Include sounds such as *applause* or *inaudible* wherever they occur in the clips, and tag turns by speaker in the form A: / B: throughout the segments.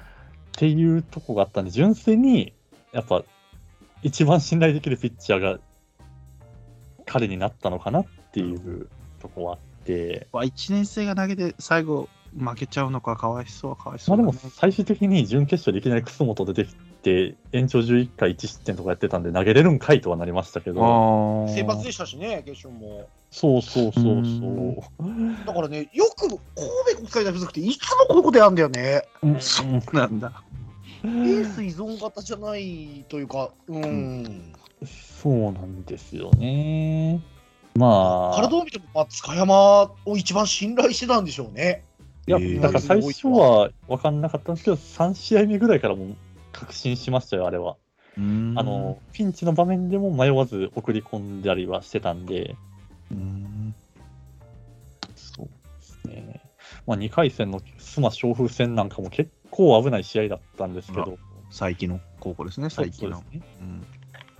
A: っていうとこがあったんで、純粋に、やっぱ、一番信頼できるピッチャーが彼になったのかなっていうとこはあって、
B: わ1年生が投げて最後負けちゃうのかかわいそうはかわいそ
A: まあ
B: う
A: で
B: だね、
A: も最終的に準決勝でいきなり楠本出てきて、延長11回1失点とかやってたんで、投げれるんかいとはなりましたけど、
B: あー
C: 先発でしたしね、決勝も。
A: そうそうそうそうう、
B: ん
C: だからね、よく神戸国際大付属っていつもこういうことやんだよね。
A: うん
B: そうなんだ
C: エース依存型じゃないというか、うん。
A: そうなんですよね。まあ
C: 体、を見ても、まあ、塚山を一番信頼してたんでしょうね。
A: いや
B: えー
A: だから最初は分かんなかったんですけど、3試合目ぐらいからもう確信しましたよ、あれは。
B: うーん
A: あのピンチの場面でも迷わず送り込んだりはしてたんで、
B: うーん
A: そうですねまあ、2回戦の須磨翔風戦なんかも結構危ない試合だったんですけど、
B: 佐伯の高校ですね
A: そう
B: 佐伯
A: そ
B: の
A: うですね
B: うん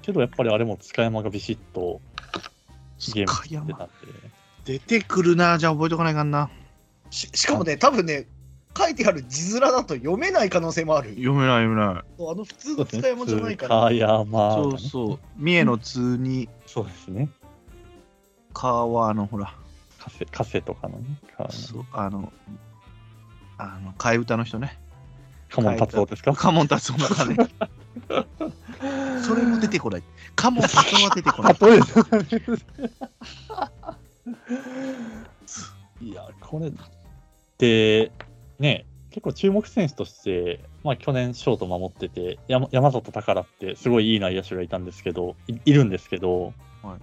A: けどやっぱりあれも塚山がビシッとゲーム
B: 塚
A: 出た
B: 山
A: んで、
B: 出てくるなじゃあ覚えておかないかんな
C: ししかもね、多分ね、書いてある字面だと読めない可能性もある。
B: 読めない読めない
C: あの普通の塚山じゃないから。
A: 塚山が
B: そ
A: ね
B: うそう三重の通に
A: そうですね、
B: 川のほら
A: 加瀬加瀬とかのね、か
B: そうあのあの替え歌の人ね
A: 鴨達夫ですか。
B: カモン達夫の金それも出てこ *laughs* ないカモン達夫は出て
A: *laughs*
B: *laughs* こない
A: 例えばいや、これで、ね、結構注目選手として、まあ、去年、ショート守ってて、山山里宝って、すごいいい内野手がいたんですけど、いいるんですけど、
B: は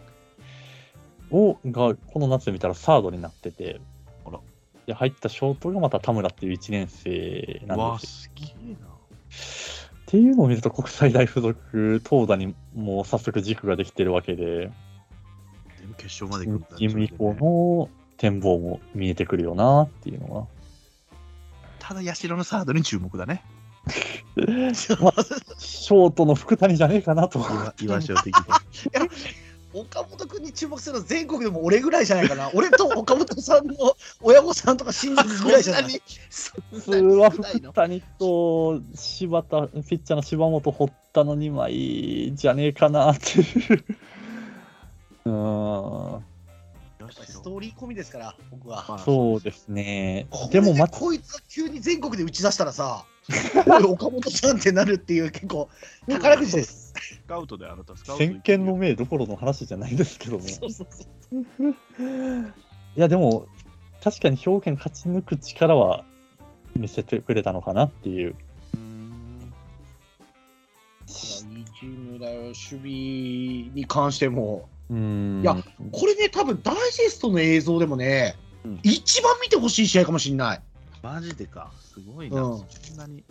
A: をがこの夏見たらサードになってて
B: あら、
A: で入ったショートがまた田村っていう1年生なんですよ
B: わあすげえな
A: っていうのを見ると国際大付属投打にもう早速軸ができてるわけで
B: でも決勝まで
A: 新
B: 行くんだ
A: チーム以降の展望も見えてくるよなっていうの
B: ただ社のサードに注目だね
A: はショートの福谷じゃねえかなと
B: 岩岩城的に
C: 岡本君に注目するのは全国でも俺ぐらいじゃないかな。俺と岡本さんの親御さんとか親族ぐらいじゃない。 *laughs*
A: 普通は福谷と柴田ピッチャーの柴本堀田の2枚じゃねえかなっていううーん
C: ストーリー込みですから、僕は。
A: そうですね
C: これ
A: でもま
C: こいつ急に全国で打ち出した
A: *laughs*
C: らさ、おい岡本さんってなるっていう結構宝くじです。
B: スカウトであなたスカウト
A: 先見の明どころの話じゃないですけども
C: そうそうそう
A: いやでも確かに兵庫県勝ち抜く力は見せてくれたのかなっていう
C: いやいいチームだよ、守備に関しても。
A: うん
C: いやこれね、多分ダイジェストの映像でもね、一番見てほしい試合かもしれない。
B: マジでかすごいな、
C: うん
B: そんなに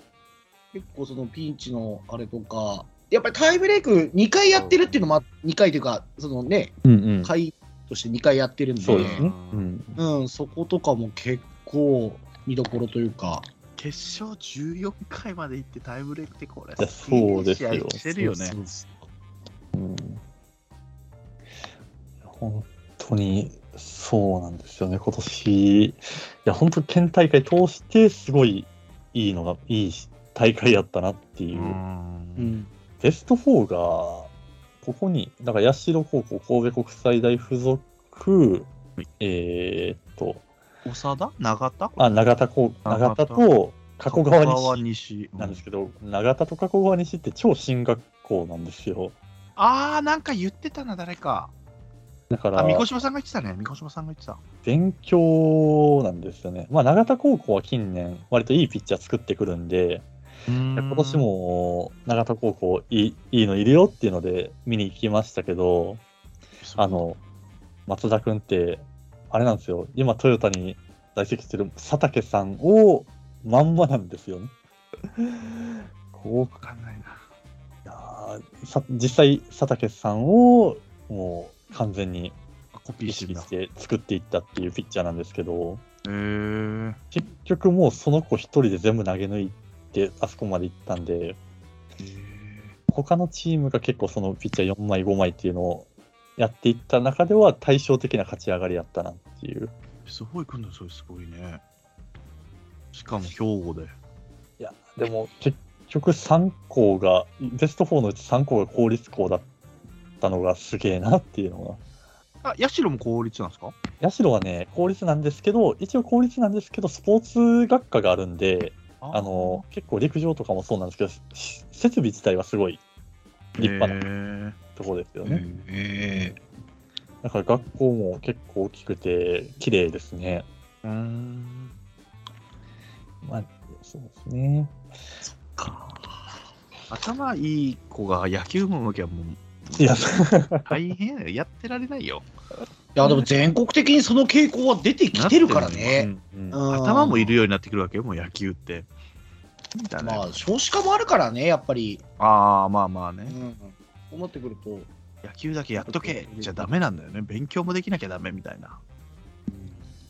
C: 結構そのピンチのあれとか、やっぱりタイブレイク2回やってるっていうのもあ、2回というか、そのね、
A: うんうん
C: 回として2回やってるんで、
A: そうですね、
B: う
A: うん、
C: うん、そことかも結構見どころというか、
B: 決勝14回まで行ってタイブレークってこれ
A: いやそうですよ
B: いい試合してるよね
C: そうそう
A: 本当にそうなんですよね今年いや本当県大会通してすごいいいのがいい大会やったなっていう、
C: う
B: うん
C: ん
A: ベスト4が、ここに、だから社高校、神戸国際大附属、えーっと、
B: 長田永田
A: あ、長田高
B: 長
A: 長
B: 田
A: 田と加古川西
B: 西
A: なんですけど、長田と加古川西って超進学校なんですよ。
B: ああなんか言ってたな誰か
A: だか
B: あ三
A: ら、
B: 越さんが言ってたね三越さんが言ってた
A: 勉強なんですよね。まあ、長田高校は近年、割といいピッチャー作ってくるんで、今
B: 今
A: 年も長田高校いいいいのいるよっていうので見に行きましたけど、あの、松田君って、あれなんですよ、今、トヨタに在籍してる佐竹さんをまんまなんですよね。こ
B: わかんないな
A: うかさ実際、佐竹さんをもう完全に
B: コピー
A: 意
B: し
A: 識
B: てんだ
A: し
B: へ
A: て作っていったっていうピッチャーなんですけど、
B: えー、
A: 結局もうその子一人で全部投げ抜いて、あそこまで行ったんで、他のチームが結構そのピッチャー4枚、5枚っていうのをやっていった中では対照的な勝ち上がりやったなっていう。
B: すごい来るのそれすごいねしかも兵庫で
A: いや、でも結局3校が、ベスト4のうち3校が公立校だったのがすげえなっていうの
B: あ、社も公立なんですか
A: が。社はね、公立なんですけど、一応公立なんですけど、スポーツ学科があるんで、あの結構陸上とかもそうなんですけど、し設備自体はすごい立派な
B: な。
A: ところですよね。
B: へー
A: だから学校も結構大きくて、綺麗ですね。
B: うーん。
A: まあ、そうですね。
B: か頭いい子が野球部の時はもう
A: いや、
B: う大変ややってられないよ。
C: いや、でも全国的にその傾向は出てきてるからね。
A: うん
C: うん
B: 頭もいるようになってくるわけよ、もう野球って。だね
C: まあ、少子化もあるからね、やっぱり。
B: ああ、まあまあ
C: う
B: ね。
C: ん。そうなってくると。
B: 野球だけやっとけじゃダメなんだよね。勉強もできなきゃダメみたいな。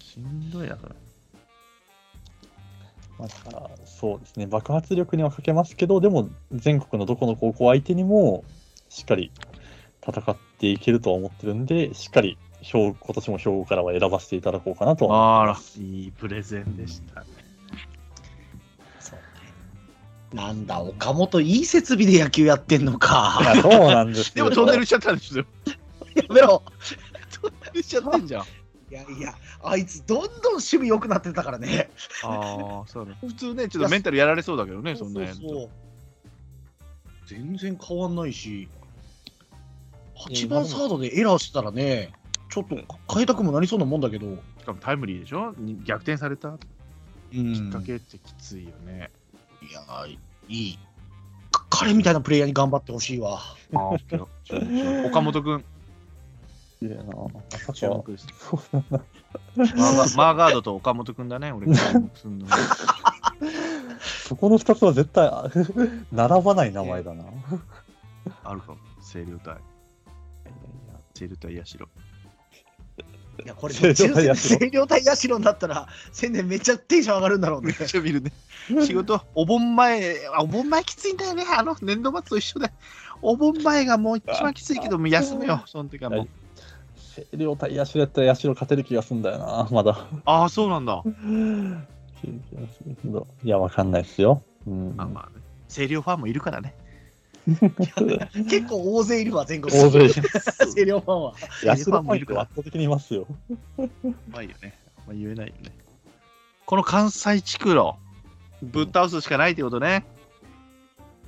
B: しんどいな、それ。
A: まあ、だからそうですね、爆発力には欠けますけど、でも全国のどこの高校相手にもしっかり戦っていけるとは思ってるんで、しっかり兵今年も兵庫からは選ばせていただこうかなとは
B: あら、いいプレゼンでしたね。
C: そうねなんだ、岡本、いい設備で野球やってんの
A: い
C: か。
A: やそうなんです
B: *laughs* で
A: よ。
B: もトンネルしちゃったん *laughs* ですよ。
C: やめろ。
B: トンネルしちゃってんじゃん。
C: いやいや、あいつ、どんどん趣味良くなってたからね。
B: ああ、そうね。普通ね、ちょっとメンタルやられそうだけどね、そんなやると。
C: う。全然変わんないし、8番サードでエラーしてたらね、ちょっと変えたくもなりそうなもんだけど。
B: しかもタイムリーでしょに逆転されたきっ
C: き
B: かけってきついよね。
C: いやーいい。か彼みたいなプレイヤーに頑張ってほしいわ。
B: ああ、オッケーちょちょ岡本君、
A: いやなまさか
B: 注目です。
A: そう
B: マーガマーガードと岡本君だね、俺が注目するの。
A: そこの2つは絶対 *laughs* 並ばない名前だな。いやい
B: あるかも。清涼隊。
A: や
B: 清涼隊、社。
C: いや、これ、
A: 清
C: 清
A: *laughs* 涼隊社
C: 涼隊社になったら、千年めっちゃテンション上がるんだろう
B: め
A: *laughs*
C: ね
B: っ。ちゃ見るね。仕事、お盆前、あお盆前きついんだよね。あの、年度末と一緒で。お盆前がもう一番きついけど、もう休めよ。その時はもう。
A: 星稜対社だったら社勝てる気がするんだよな、 *laughs* まだ。
B: ああ、そうなんだ。
A: いや、わかんないですよ。うん、
B: まあまあね。清涼ファンもいるからね。
C: 結構大勢いるわ、全国。
A: 大
C: *laughs*
A: 勢います
C: 清涼ファンは。
A: ヤシロファンって圧倒的にいますよ。
B: まあいいよね。まあ言えないよね。この関西地区のぶっ倒すしかないってことね。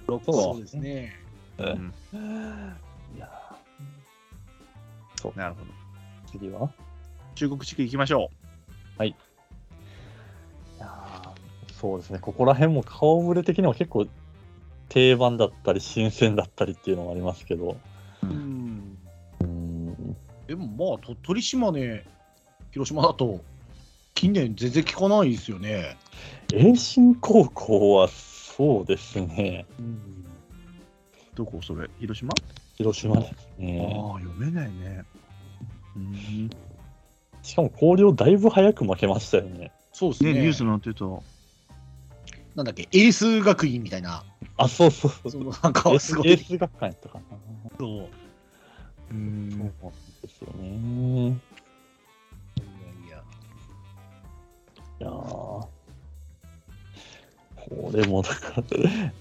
C: そうですね。
B: うん
A: いやそう
B: なるほど。
A: 次は
B: 中国地区行きましょ
A: いやそうですね、ここら辺も顔ぶれ的には結構定番だったり、新鮮だったりっていうのもありますけど、
B: う。
C: うん。
A: うん、
C: でも、まあ、鳥取島ね、広島だと、近年全然聞かないですよね。
A: 栄新高校はそうですね、
C: うん。
B: どこそれ広島、
A: 広島ですね。
B: ああ、読めないね。うん
A: しかも広陵だいぶ早く負けましたよね。
C: そうです
B: ね
C: ね。
B: ニュースになってた。
C: なんだっけ、エース学院みたいな。
A: あ、そうそうそう。
C: そのなん
A: エ
C: か、
A: ース
C: すご
A: エ
C: い
A: ー。ス学館やったかな。
C: そう
B: うん
A: そうなんですよね。
C: いやいや
A: いやーこれもだから、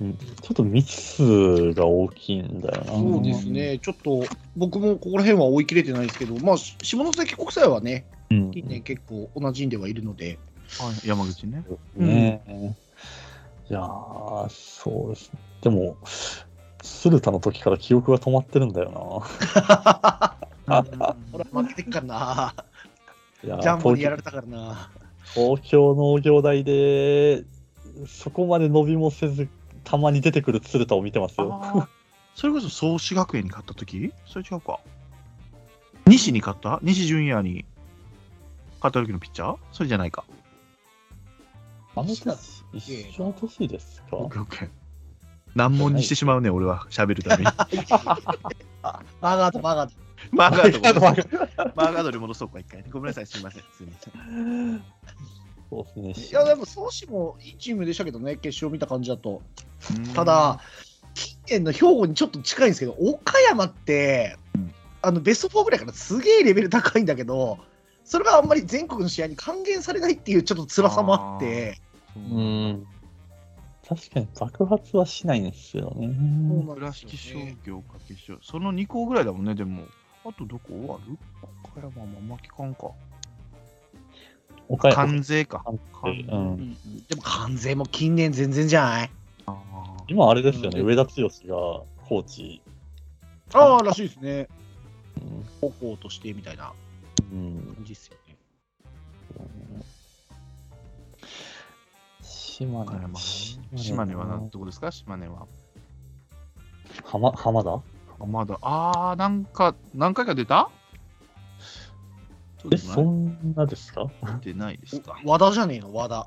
A: うんちょっと未知数が大きいんだよな。
C: そうですね、ちょっと僕もここら辺は追い切れてないですけど、まあ、し下関国際はね、
A: うん。
C: 近年結構同じんではいるので、
B: はい山口ね。
A: ねいやーそうですね。でも、鶴田の時から記憶が止まってるんだよ
B: あ
C: 俺は負けてっからな、
A: な。いやー
C: ジャンボに
A: 東
C: やられたからな、
A: 東京農業大で、そこまで伸びもせず、たまに出てくる鶴田を見てますよ。
B: あそれこそ創志学園に勝った時それ違うか。西に勝った西ジュニアに勝った時のピッチャーそれじゃないか。
A: あの年、一緒の年ですか
B: オッケーオッケー難問にしてしまうね、俺は喋るために。
C: マガート、マガート、
B: マーガード
A: マーガー
B: にマーガードに戻そうか、一回、ね。ごめんなさい、すみません。すみません。
A: *laughs* そうですね。
C: いや、でも、宗志もいいチームでしたけどね、決勝見た感じだと、ただ、近年の兵庫にちょっと近いんですけど、岡山って、あのベスト4ぐらいからすげえレベル高いんだけど、それがあんまり全国の試合に還元されないっていうちょっと辛さもあって。
B: う、
A: うんん。確かに爆発はしないんですよね。
C: そうなん
B: 倉
C: ですよね
B: 敷商業か決勝その2校ぐらいだもんねでもあとどこ終わる岡山もあんま聞かんか
A: 岡山
B: 関税か
A: 関西う
C: うん
A: ん、
C: うんでも関税も近年全然じゃない
A: 今あれですよね、
C: うん
A: 上田剛がコーチ、
C: ああ、らしいですね。
A: うん
C: 高校としてみたいな
A: うん、
C: 感じですよね。
A: 島
B: 岡山
A: 根
B: ね島根はなんてことですか島根は
A: 浜浜田
B: あまだあーなんか何回か出たそう
A: え、
B: でも
A: そ
B: ない
A: んなですか
B: 出てないですか
C: 和田じゃねえの、和田。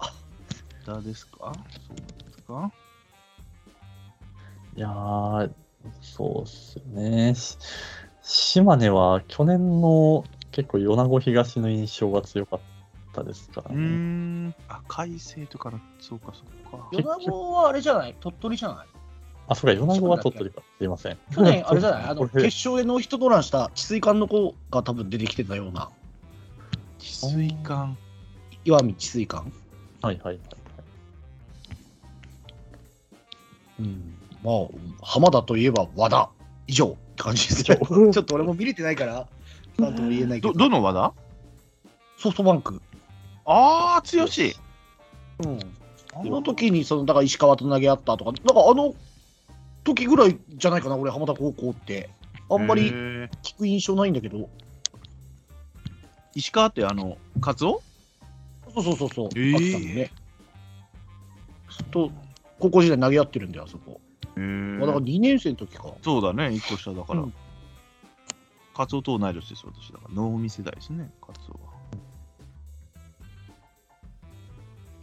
B: 出たですかそうですか
A: いやー、そうっすよね。し島根は去年の結構米子東の印象が強かったですから
B: うー
A: ね。
B: んあ海星とかなそうかそうか
C: 米子はあれじゃない鳥取じゃない
A: あ、そうか、米子は鳥取か。すいません。
C: *laughs* 去年、あれじゃないあの
A: これ
C: 決勝でノーヒットノーランした治水艦の子が多分出てきてたような、
B: 治水艦
C: 岩見治水艦。
A: はいはいはいはい。
C: うん。まあ、浜田といえば和田。以上って感じ *laughs* ですよ。ち
A: ち
C: ょっと俺も見れてないから、なんとも言えないけ
B: ど
C: ど。
B: どの和田
C: ソフトバンク。
B: ああ強し
C: うん。あの時に、その、だから石川と投げ合ったとか、なんかあの時ぐらいじゃないかな、俺、浜田高校って。あんまり
B: へー
C: 聞く印象ないんだけど。
B: 石川ってあのカツオ
C: そうそうそうそう。
B: えー
C: あったのね。と、高校時代投げ合ってるんだよ、あそこ。まあ、だから2年生の時か。
B: そうだね、一個下だから。
C: うん
B: カツオと同い年です、私だから。脳み世代ですね、カツオは。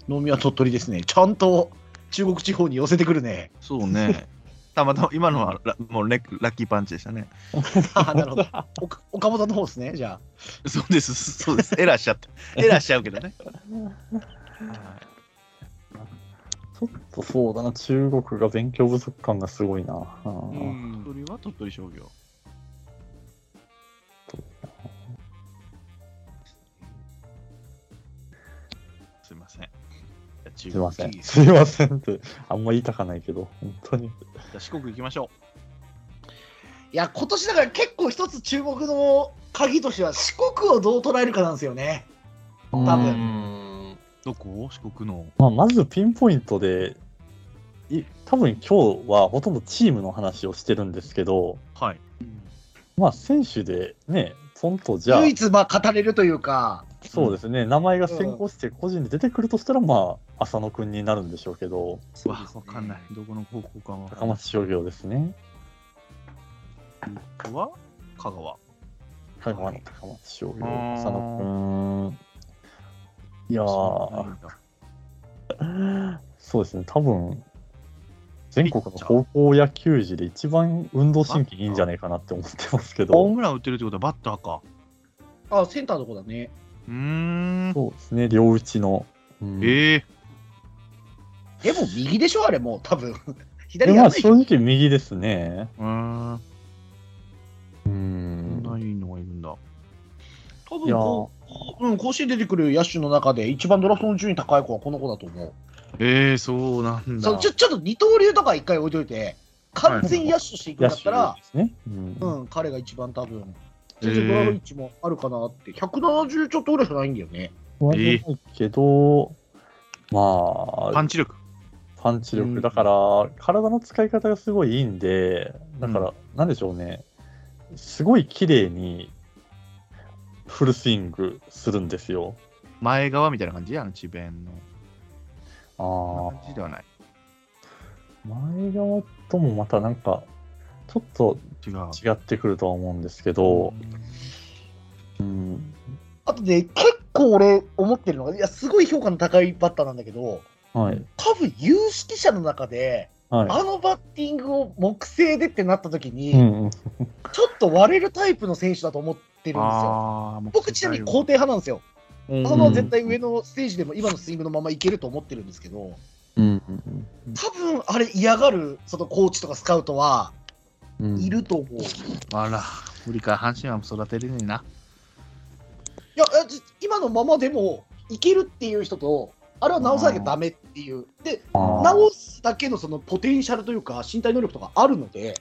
C: 能見は鳥取ですね。ちゃんと中国地方に寄せてく
A: *laughs*
C: るね。
B: そうね。 *laughs* たまたま、今のはラもうレッラッキーパンチでしたね。
C: あなるほど。おか岡本の方ですね、じゃ
B: そうです、そう *laughs* です。エラーしちゃった。エラーしちゃうけ *laughs* どね。
A: ちょっとそうだな、中国が勉強不足感がすごいな。う
C: あ。
A: ん
B: 鳥取は鳥取商業。すいません。す
A: すいません。
B: 四
A: すいませんって、あんま言いたかないけど、本当に。
B: 国行きましょ
C: いや、今年だから結構一つ注目の鍵としては、四国をどう捉えるかなんですよね。
A: 多
C: 分
A: 分。
B: う。どこ四国の。
A: まあ、まずピンポイントで、い多分今日はほとんどチームの話をしてるんですけど、
B: はい。
A: まあ、選手でね、ポンとじゃあ
C: 唯、一、まあ、語れるというか、
A: そうですね、名前が先行して個人で出てくるとしたら、まあ、浅野君になるんでしょうけど、
B: わ、わかんない。どこの高校かわか
A: 高
B: んない。
A: 松商業ですね。
B: 高は香川。
A: 香川の高松商業、
B: あー
A: 佐野君。いや
B: そ
A: ー
B: うなんだ
A: そうですね、多分全国の高校野球児で一番運動神経いいんじゃないかなって思ってますけ
B: ホー
A: ど、
B: ムラン打ってるってことはバッターか。
C: あセンターの子だね。
B: うーん。
A: そうですね、両打ちの。うん
B: ええ
C: でも、右でしょ、あれもう、多分 *laughs*
A: で
C: 左
A: ま
C: や
A: あ
C: んない
A: 正直右ですね。
B: うーん。
A: う
B: そん
A: ん。
B: ないいのがいるんだ。
C: 多
A: いや
C: 分こう、うん、甲子園出てくる野手の中で、一番ドラフトの順位高い子はこの子だと思う。
B: ええそうなんだ。
C: そうちょちょっと二刀流とか一回置いといて、完全に野手としていくん
A: 野
C: だっ
A: 手
C: たら、
A: ですね。うん
C: うん、彼が一番多分、
B: え
C: 全然ドラフト1もあるかなって、170ちょっとぐらいしかないんだよね。
A: 不安じゃないけど、ま
B: パ
A: あ
B: ンチ力。
A: パンチ
C: うん
A: 力だから体の使い方がすごいいいんで、だか
B: う
A: らなんでしょうね。すごい綺麗にフルスイングするんですよ。
B: 前側みたいな感じあの智弁の。
A: あ
B: こんな感じではない。
A: あ、前側ともまたなんか、ちょっと
B: 違う。
A: 違ってくるとは思うんですけど、うん、
C: あとね、結構俺、思ってるのが、いや、すごい評価の高いバッターなんだけど、
A: はい、
C: 多分有識者の中で、
A: は
C: あのバッティングを木製でってなった時に、
A: い。うんうん、
C: ちょっと割れるタイプの選手だと思ってるんですよ。
B: ああ、もう
C: 僕、ちなみに肯定派なんですよ。
B: うん
C: あのまま絶対上のステージでも今のスイングのままいけると思ってるんですけど、
A: うんうん
C: 多分あれ嫌がるそのコーチとかスカウトは
A: うんうん
C: いると思う。い
B: あら、無理か。阪神は育てれねえな。
C: や、えじ今のままでもいけるっていう人と、あれは直さなきゃダメっていう。で、
A: あー
C: 直すすだけのそのポテンシャルというか身体能力とかあるので、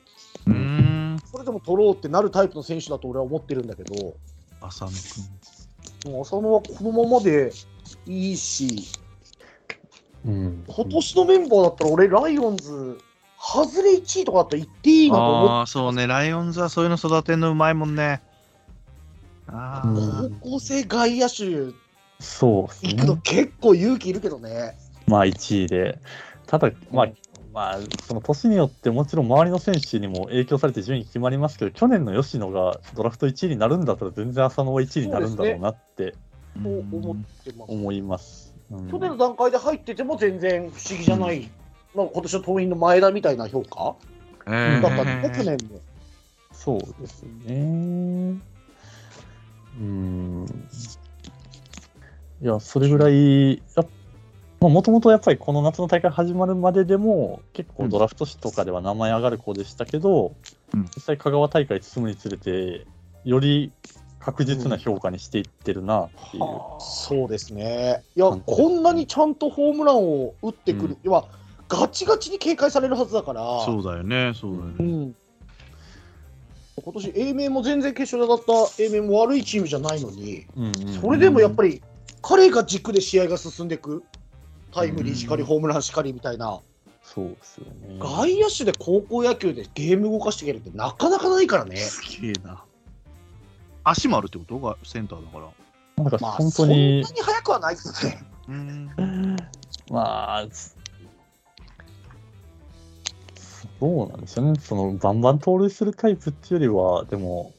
B: うーん。
C: それでも取ろうってなるタイプの選手だと俺は思ってるんだけど、
B: 浅野くん。
C: もう浅野はこのままでいいし、
A: うん、
C: 今年のメンバーだったら俺、ライオンズ、外れ1位とかだったら行っていいなと思っ
B: ああー、そうね。ライオンズはそういうの育てるのうまいもんね。ああ、
A: うん
C: 高校生外野手
A: そうです
C: 行くの
A: ね。
C: 結構勇気いるけどね。
A: まあ1位で。ただ、まあ、まあ、その年によってもちろん周りの選手にも影響されて順位決まりますけど、去年の吉野がドラフト1位になるんだったら、全然浅野は1位になるんだろうなって
B: うん
C: と思ってます。
A: 思います。うん
C: 去年の段階で入ってても全然不思議じゃない、まあ今年の党員の前田みたいな評価
B: え
C: だ
B: ー
C: ったんで、ね、去年も。
A: そうですね。うん。いや、それぐらい、もともとやっぱりこの夏の大会始まるまででも、結構ドラフト誌とかでは名前上がる子でしたけど、
B: うん
A: 実際、香川大会進むにつれて、より確実な評価にしていってるなっていう。
C: そうですね。いや、
A: うん
C: こんなにちゃんとホームランを打ってくる、要はガチガチに警戒されるはずだから、
B: そうだよね、そうだよ
C: う
B: ね。
C: ん、今年、英明も全然決勝で当たった英明も悪いチームじゃないのに、
A: うんうんうん
C: それでもやっぱり、彼が軸で試合が進んでいく、タイムリーしかり、
B: うん
C: ホームランしかりみたいな、
A: そうですよね。
C: 外野手で高校野球でゲーム動かしていけるって、なかなかないからね。
B: すげえな。足もあるってことがセンターだから。
A: なんか
C: まあ、
A: 本
C: そ
A: 当
C: んなに
A: に、
C: 早くはないですね。 *laughs*
B: うん。
A: まあ、つそうなんですよね。そのバンバン盗塁するタイプっていうよりは、でも、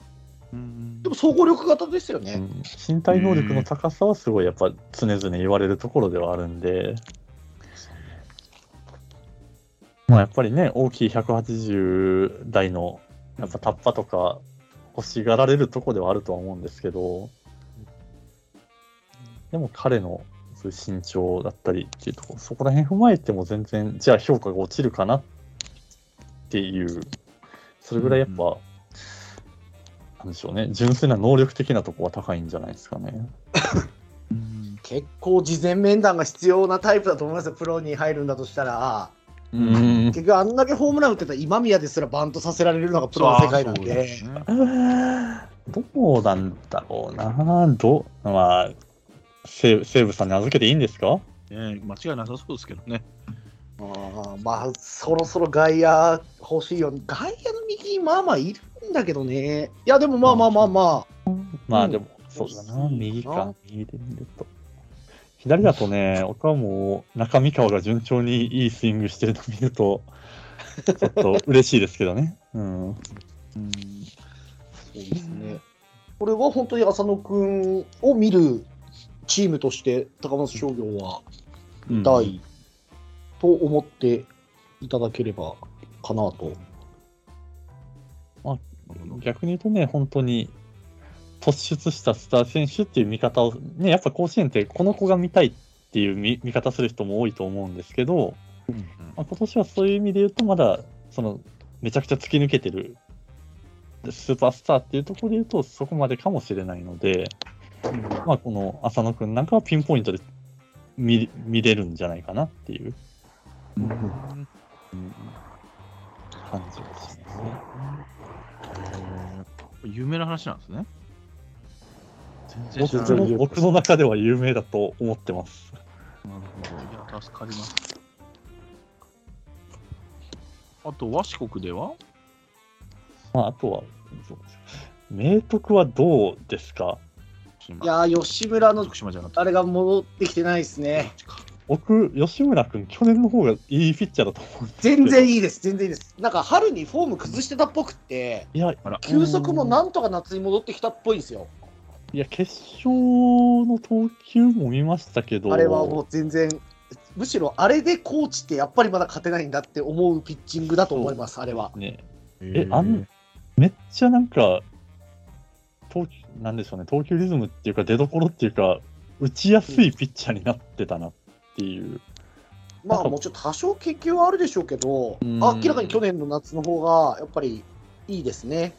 B: うん
C: でも、総合力型ですよ
A: う
C: ね。
A: ん身体能力の高さはすごいやっぱ常々言われるところではあるんで、まあやっぱりね、大きい180台のやっぱタッパとか欲しがられるところではあるとは思うんですけど、でも彼のそういう身長だったりっていうところ、そこら辺踏まえても全然、じゃあ評価が落ちるかなっていう、それぐらいやっぱ、なんでしょうね、純粋な能力的なとこは高いんじゃないですかね。
B: うん
C: 結構事前面談が必要なタイプだと思いますよ、プロに入るんだとしたら、
A: うん。
C: 結局、あんだけホームラン打ってた今宮ですらバントさせられるのがプロの世界なん
B: そう
C: で
B: で、すね
A: どうなんだろうな、どう、まあ、西西武さんに預けていいんですか
B: ね間違いなさそうですけどね。
C: あーまあ、そろそろ外野欲しいよ、外野の右、まあまあいるんだけどね、いや、でもまあまあまあま
A: ま
C: う
A: あ
C: ん
A: でも、そうだ
C: そ
A: な、
C: うそう
A: 右か、右で見ると。左だとね、僕はもう中三川が順調にいいスイングしてるの見る
C: *laughs*
A: と、ちょっと嬉しいですけどね。うん。
B: うん
C: あ、そうですね、これは本当に浅野君を見るチームとして、高松商業は。
A: うん
C: たいと思っていただければかなと。
A: 逆に言うとね、本当に突出したスター選手っていう見方を、ね、やっぱ甲子園ってこの子が見たいっていう見見方する人も多いと思うんですけど、まあ、今年はそういう意味で言うと、まだそのめちゃくちゃ突き抜けてるスーパースターっていうところで言うと、そこまでかもしれないので、まあ、この浅野君なんかはピンポイントで見見れるんじゃないかなっていう
B: うん
A: 感じがしますね。
B: 有名な話なんですね。全然知
A: 僕
B: らない。なる
A: の僕の中では有名だと思ってます。
B: ほど。いや、助かります。あと、和四国では
A: まあ、あとは、そうです明徳はどうですか
C: いやー、吉村の
B: 徳島じゃなくて。
C: あれが戻ってきてないですね。
A: 僕、吉村君、去年の方がいいピッチャーだと思うんですけど
C: 全然いいです、全然いいです。なんか春にフォーム崩してたっぽくって、
A: いや、
B: あら
C: 球速もな
A: うん
C: んとか夏に戻ってきたっぽいんですよ。
A: いや、決勝の投球も見ましたけど、
C: あれはもう全然、むしろあれでコーチってやっぱりまだ勝てないんだって思うピッチングだと思います、あれは。
A: ね、
B: え
A: あんめっちゃなんか、投球なんでしょうね、投球リズムっていうか、出どころっていうか、打ちやすいピッチャーになってたなっていう。
C: まあもちろん多少研究はあるでしょうけど、
A: うん
C: 明らかに去年の夏の方がやっぱりいいですね。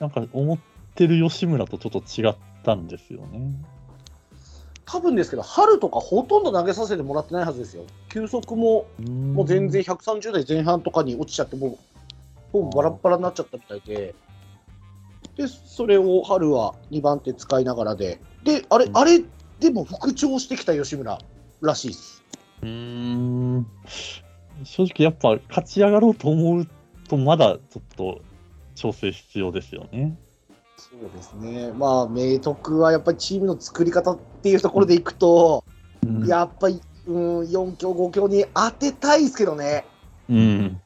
A: なんか思ってる吉村とちょっと違ったんですよね。
C: 多分ですけど、春とかほとんど投げさせてもらってないはずですよ。球速ももう全然130代前半とかに落ちちゃって、もう、もうバラッバラになっちゃったみたいで、で、それを春は2番手使いながらで、で、あれ、
A: うん
C: あれでも復調してきた吉村らしいです。
A: うーん正直やっぱ勝ち上がろうと思うとまだちょっと調整必要ですよね。
C: そうですね、まあ、明徳はやっぱりチームの作り方っていうところでいくと、
A: うん
C: やっぱり、うん、4強、5強に当てたいですけどね、
A: うん、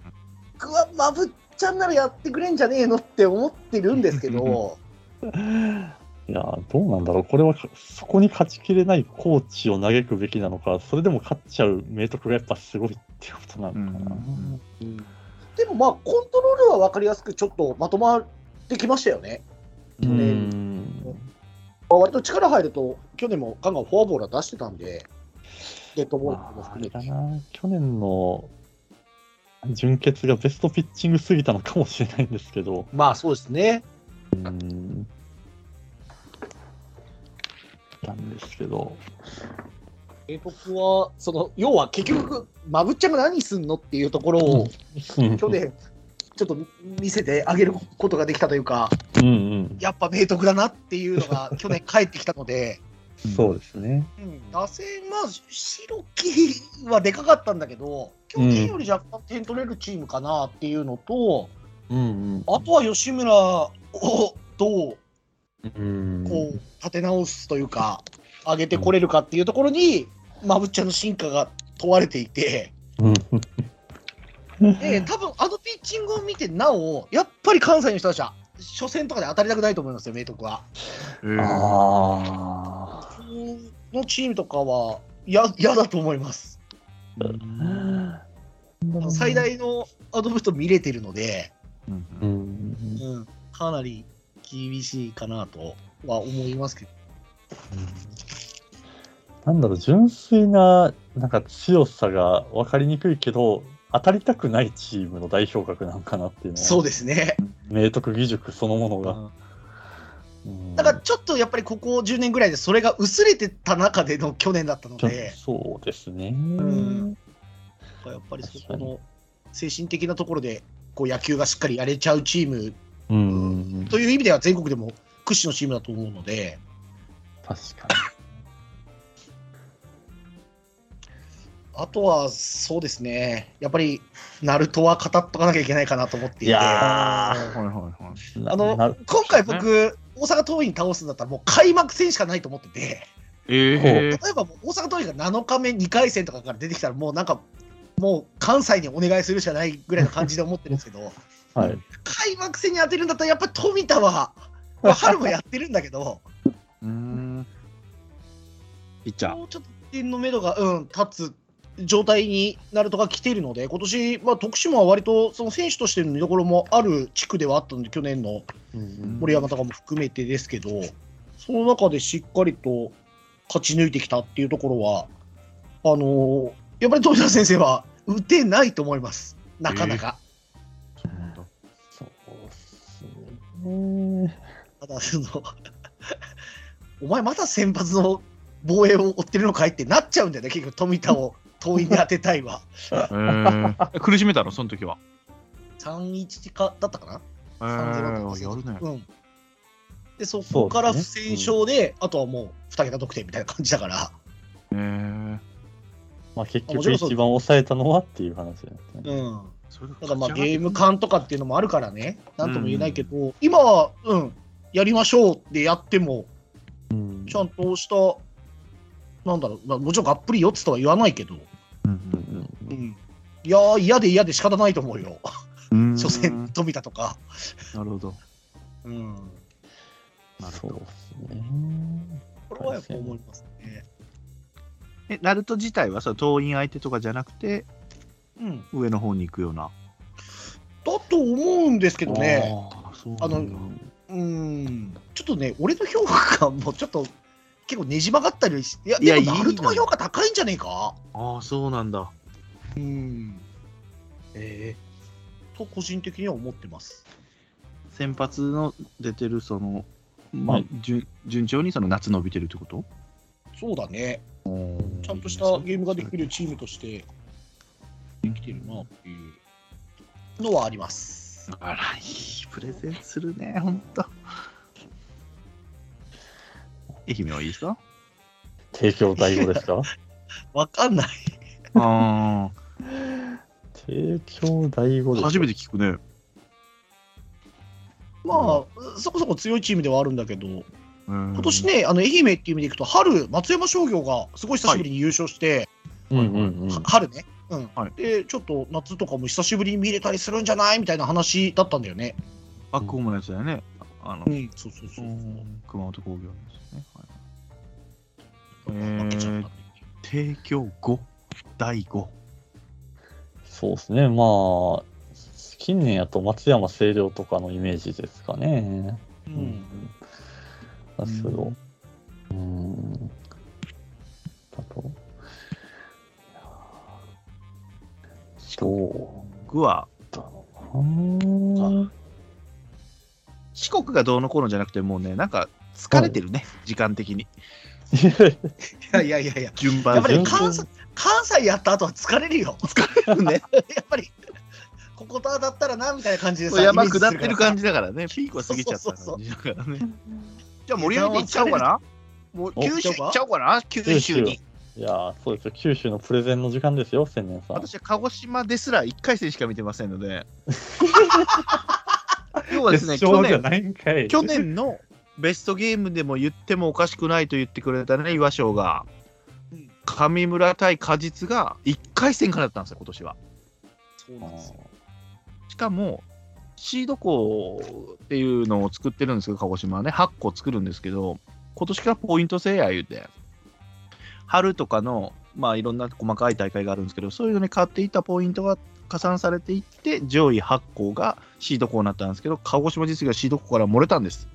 C: 僕はまぶっちゃんならやってくれんじゃねえのって思ってるんですけど、
A: いやーどうなんだろうこれはかそこに勝ちきれないコーチを嘆くべきなのかそれでも勝っちゃう明徳がやっぱすごいってことなのかな。
B: うん
C: でもまあ、コントロールは分かりやすく、ちょっとまとまってきましたよね。
A: う
C: うんんまあ、割と力入ると、去年もガンガンフォアボールは出してたんで、デッドボール
A: ま
C: も
A: あ、あ
C: 含
A: れ
C: めて
A: だ。な去年の準決がベストピッチングすぎたのかもしれないんですけど。
C: まあそうですね。
A: うんなんですけど、
C: 英国は、その、要は結局、まぶっちゃんが何すんのっていうところを、去年、ちょっと見せてあげることができたというか、
A: うんうん、
C: やっぱ明徳だなっていうの *laughs* が、去年帰ってきたので、
A: そうですね。
C: うん打線は、白木はでかかったんだけど、去年より若干点取れるチームかなっていうのと、
A: うん
C: あとは吉村をどう
A: うん、
C: こう立て直すというか上げてこれるかっていうところにまぶっちゃんの進化が問われていて
A: うん、
C: で多分あのピッチングを見てなおやっぱり関西の人たちは初戦とかで当たりたくないと思いますよ明徳は。
B: うん
A: あ
C: このチームとかはや嫌だと思います。
A: あ、
C: 最大のアドブスト見れてるので、
B: うん
A: う
B: うん
A: ん、
C: うん、かなり厳しいかなとは思いますけど。
A: なんだろう、純粋ななんか強さが分かりにくいけど、当たりたくないチームの代表格なんかなっていうのは、
C: そうですね。
A: 明徳義塾そのものが。
C: だからちょっとやっぱりここ10年ぐらいでそれが薄れてた中での去年だったの
A: ちょ
C: で、
A: そうですね。
C: んやっぱりそこの精神的なところでこう野球がしっかりやれちゃうチーム
A: うん、
C: という意味では全国でも屈指のチームだと思うので、
A: 確か
C: あとはそうですね、やっぱりナルトは語っとかなきゃいけないかなと思ってい
A: に。
C: て、あ
B: はいはいは
A: ー
C: の
A: なな
C: 今回僕、大阪桐蔭倒すんだったらもう開幕戦しかないと思ってて、
B: い。ええ
C: 例えばもう大阪桐蔭が7日目、2回戦とかから出てきたら、もうなんか、もう関西にお願いするしかないぐらいの感じで思ってるんですけど。
A: はい。
C: 開幕戦に当てるんだったらやっぱり富田は、まあ、春もやってるんだけど
B: うん。ピッチャー。
C: もうちょっと点の目処が、うん、立つ状態になるとか来ているので今年、まあ、徳島は割とその選手としての見どころもある地区ではあったので去年の
A: うん
C: 森山とかも含めてですけどその中でしっかりと勝ち抜いてきたっていうところはあのーやっぱり富田先生は打てないと思いますなかなか。
A: そうっすね。
C: ただその *laughs* お前まだ先発の防衛を追ってるのかいってなっちゃうんだよね結局富
A: *laughs*
C: 田を党員に当てたいは
B: ええ苦しめたのその時は。
C: 3-1かだったかな
B: ええ
C: 30
B: やるね。
C: うんでそこから
A: そうで
C: 不
A: すね
C: 戦勝であとはもう2桁得点みたいな感じだから、
B: ええ
A: まあ結
C: もち
A: 局
C: ろんそう
A: 一番抑えたのはっていう話だったね。
C: うん、
B: それが
C: ただまあ
B: 勝ち
C: ゲ
B: 上
C: ー
B: が
C: ム
B: って
C: 感とかっていうのもあるからねなんとも言えないけど、今はうんやりましょうでやっても
A: うん
C: ちゃんとしたなんだろう、まあ、もちろんがっぷり四つとは言わないけど、
A: うん
C: うん、いやー嫌で嫌で仕方ないと思うよ
B: うん
C: 初戦富田とか、
B: なるほど。
C: うん、
A: うんそうですね。
C: これはやっぱ思いますね。
B: え、ナルト自体はさ、党員相手とかじゃなくて、
C: うん、
B: 上の方に行くような。
C: だと思うんですけどね、
B: あー、そう
C: あのうん、ちょっとね、俺の評価もちょっと結構ねじ曲がったりして、いや、
B: いや
C: でも
B: いい
C: ナ
B: な
C: ルトの評価高いんじゃねえか。
B: ああ、そうなんだ。
C: うん、ええと個人的には思ってます。
B: 先発の出てる、その、まあ、
A: はい
B: 順順調にその夏伸びてるってこと
C: そうだね。
A: うん
C: ちゃんとしたゲームができるチームとしてできてるなっていうのはあります。
B: あら、いいプレゼンするね、ほんと。愛媛はいい人
A: 提供第五ですか
C: わかんない。
B: あ
A: *laughs* 提供第五
B: あ、
A: です
B: *laughs* 初め
A: て
B: て聞くね。
C: まあ、そこそこ強いチームではあるんだけど、
B: 今
C: 今年、ね、あの愛媛っていう意味でいくと、春、松山商業がすごい久しぶりに優勝して、
A: うんうんうん
C: は春ね、うん
B: はい
C: で、ちょっと夏とかも久しぶりに見れたりするんじゃないみたいな話だったんだよね。
B: バックホームのやつだよね。あの、
C: うん、そうそうそう。
B: 熊本工業のやつね。はい
C: 負けちゃったんだよね
B: 提供5、第5。
A: そうですねまあ近年やと松山清涼とかのイメージですかね
C: う
A: うんんですけどうんだといやーそう
B: 僕は、
A: だな
B: 四国がどうのこうのじゃなくて、もうね、なんか疲れてるね、時間的に。
C: いやいやいやいや、
B: 順
C: や
B: 番
C: っぱり
A: 全然
C: 関西関西やった後は疲れ
B: *laughs*
C: るよ。疲れるね。 *laughs* やっぱり、ここだったらなみたいな感じで
B: そう
C: さ、
B: 山下ってる感
C: じ。
B: じだからね、ピークは過ぎちゃった
C: そうそう
B: 感じだからね。じゃあ盛り上げていっちゃおうかな。もう
A: お
B: 九州行っちゃおうかな、九州に。
A: いやーそうですよ九州のプレゼンの時間ですよ千年さん
B: 私は鹿児島ですら1回戦しか見てませんので。要はですね、
A: 決
B: 去
A: 勝じゃ
B: 年
A: ないんかい
B: 去年のベストゲームでも言ってもおかしくないと言ってくれたね、岩翔が
C: うん。
B: 上村対果実が1回戦からだったんですよ、今年は。
C: そうなんですよ
B: しかも、シード校っていうのを作ってるんですけど、鹿児島はね、8個作るんですけど、今年からポイント制や言うて、春とかの、まあいろんな細かい大会があるんですけど、そういうのに買っていったポイントが加算されていって、上位8校がシード校になったんですけど、鹿児島実業がシード校から漏れたんです。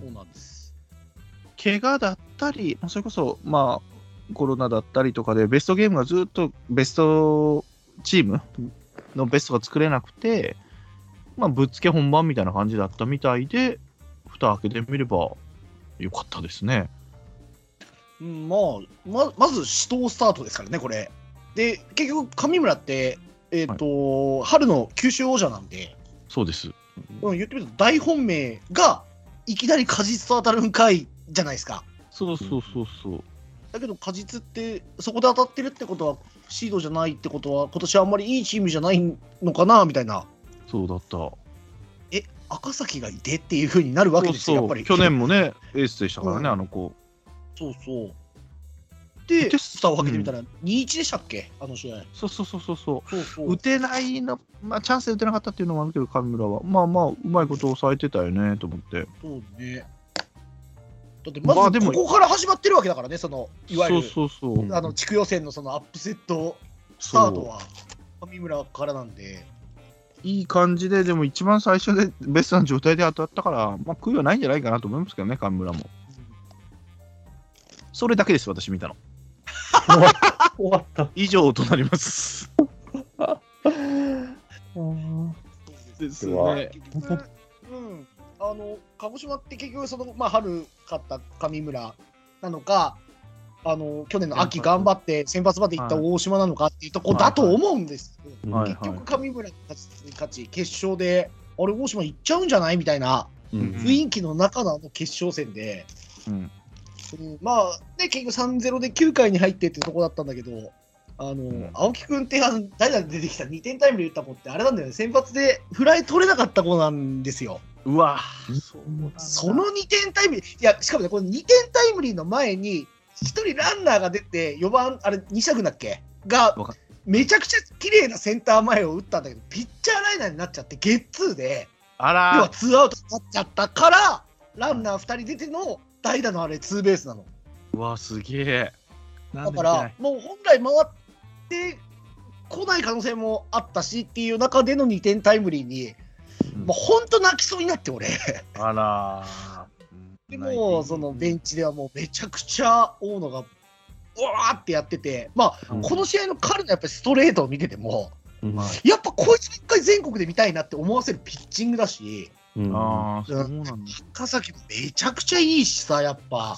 C: そうなんです。
B: 怪我だったり、それこそ、まあ、コロナだったりとかで、ベストゲームがずっとベストチームのベストが作れなくて、まあ、ぶっつけ本番みたいな感じだったみたいで、蓋開けてみればよかったですね。
C: うん、まあ、ままず死闘スタートですからね、これ。で、結局、上村って、えっ、と、春の九州王者なんで、
B: そうです。
C: うん、言ってみると大本命がいきなり果実と当たるんかいじゃないですか。
B: そうそうそうそう。
C: だけど果実ってそこで当たってるってことはシードじゃないってことは今年あんまりいいチームじゃないのかなみたいな
B: そうだった。
C: 赤崎がいてっていうふうになるわけです
B: そう
C: よやっ
B: そ
C: ぱ
B: う
C: り
B: 去年もね、エースでしたからね、
C: うん
B: あの子。
C: そうそうで
B: で
C: 蓋を開けてみたら2-1でしたっけあの試合
B: そうそうそうそうそう。
C: そうそ
B: 打てないの、まあ、チャンスで打てなかったっていうのもあるけど、上村は、まあまあ、うまいこと抑えてたよねと思って。
C: そうねだって
B: まあ
C: ま
B: で
C: ず
B: も
C: ここから始まってるわけだからねそのいわゆる
B: そうそうそう
A: うん
C: あの地区予選のそのアップセットスタ
B: そ
C: ート
B: う
C: は上村からなんで
B: いい感じででも一番最初でベストな状態で当たったから、まあ、悔いはないんじゃないかなと思いますけどね神村もそれだけです私見たの
A: 終わった
B: 以上となりますです
A: ねうわ
C: 結局うん、あの鹿児島って結局その、まあ、春勝った上村なのかあの去年の秋
B: 先発
C: 頑張って先発まで行った
B: はい
C: 大島なのかっていうとこだと思うんですけど、
B: はい
C: 結局上村が勝ち勝ち決勝であれ大島行っちゃうんじゃないみたいな
A: うん
C: 雰囲気の中のあの決勝戦で、
B: うん
C: うんまあね結局3-0で9回に入ってってとこだったんだけどあの、
B: ん
C: 青木君ってあの代打で出てきた2点タイムで打った子ってあれなんだよね先発でフライ取れなかった子なんですよ
B: うわ
C: その2点タイムリーいやしかもねこの2点タイムリーの前に1人ランナーが出て4番あれ2尺だっけが
B: わかん
C: めちゃくちゃ綺麗なセンター前を打ったんだけどピッチャーライナーになっちゃってゲッツーで
B: あ
C: 要は
B: ら
C: ツーアウトになっちゃったからランナー2人出ての代打のあれツーベースなの。
B: うわすげえ
C: だから、もう本来回ってこない可能性もあったしっていう中での2点タイムリーに、
B: うん
C: もう本当泣きそうになって、俺。
B: あら
C: でもう、そのベンチではもうめちゃくちゃ大野が、うわーってやってて、まあ、
A: うん
C: この試合の彼のやっぱりストレートを見てても、
A: うん
C: やっぱこいつ一回全国で見たいなって思わせるピッチングだし、
A: うん、
B: ああ、そうなんだ。
C: 高崎めちゃくちゃいいしさ、やっぱ。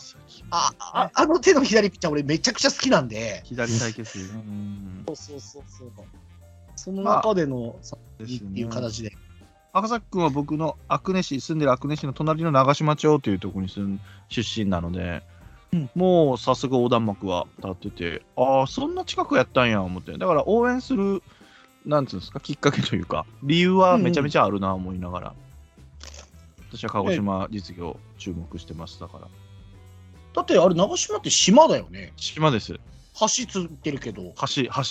C: あああの手の左ピッチャー、俺めちゃくちゃ好きなんで。
B: 左対決うん
C: そうそうそうそう。その中での、さ
B: です
C: い
B: よ
C: いっていう
B: ね。
C: 形で。
B: 赤崎君は僕の阿久根市、住んでる阿久根市の隣の長島町というところに住ん出身なので、
C: うん
B: もう早速横断幕は立ってて、ああ、そんな近くやったんや思って、だから応援する、なんつうんですか、きっかけというか、理由はめちゃめちゃあるな思いながら、私は鹿児島実業、注目してます、だから。
C: だってあれ、長島って島だよね。
B: 島です、
C: 橋つってるけど。
B: 橋、橋が。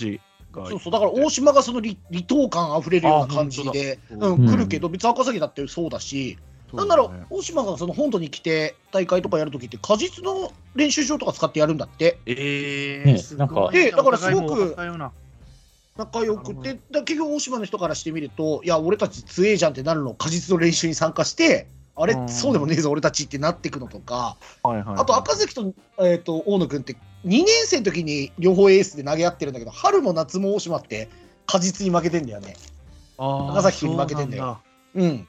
C: そうそうだから大島がその離離島感あふれるような感じで
B: あ、本当だ
C: う
B: うん
C: ん、来るけど別に赤崎だってそうだし、なんだろう大島がその本土に来て大会とかやるときって果実の練習場とか使ってやるんだって
B: え
A: ね
B: ー、す
A: なんか
B: ごい
C: でだからすごく
B: お互いもう若いような
C: 仲良くて
B: な
C: だから結局大島の人からしてみるといや俺たち強えじゃんってなるのを果実の練習に参加してあれ
B: うん
C: そうでもねえぞ俺たちってなっていくのとか
B: はいはいはい
C: あと赤崎と,、えー、と大野君って2年生の時に両方エースで投げ合ってるんだけど春も夏も大島って果実に負けてんだよね。
B: 長
C: 長崎君に負けてんだよ。うん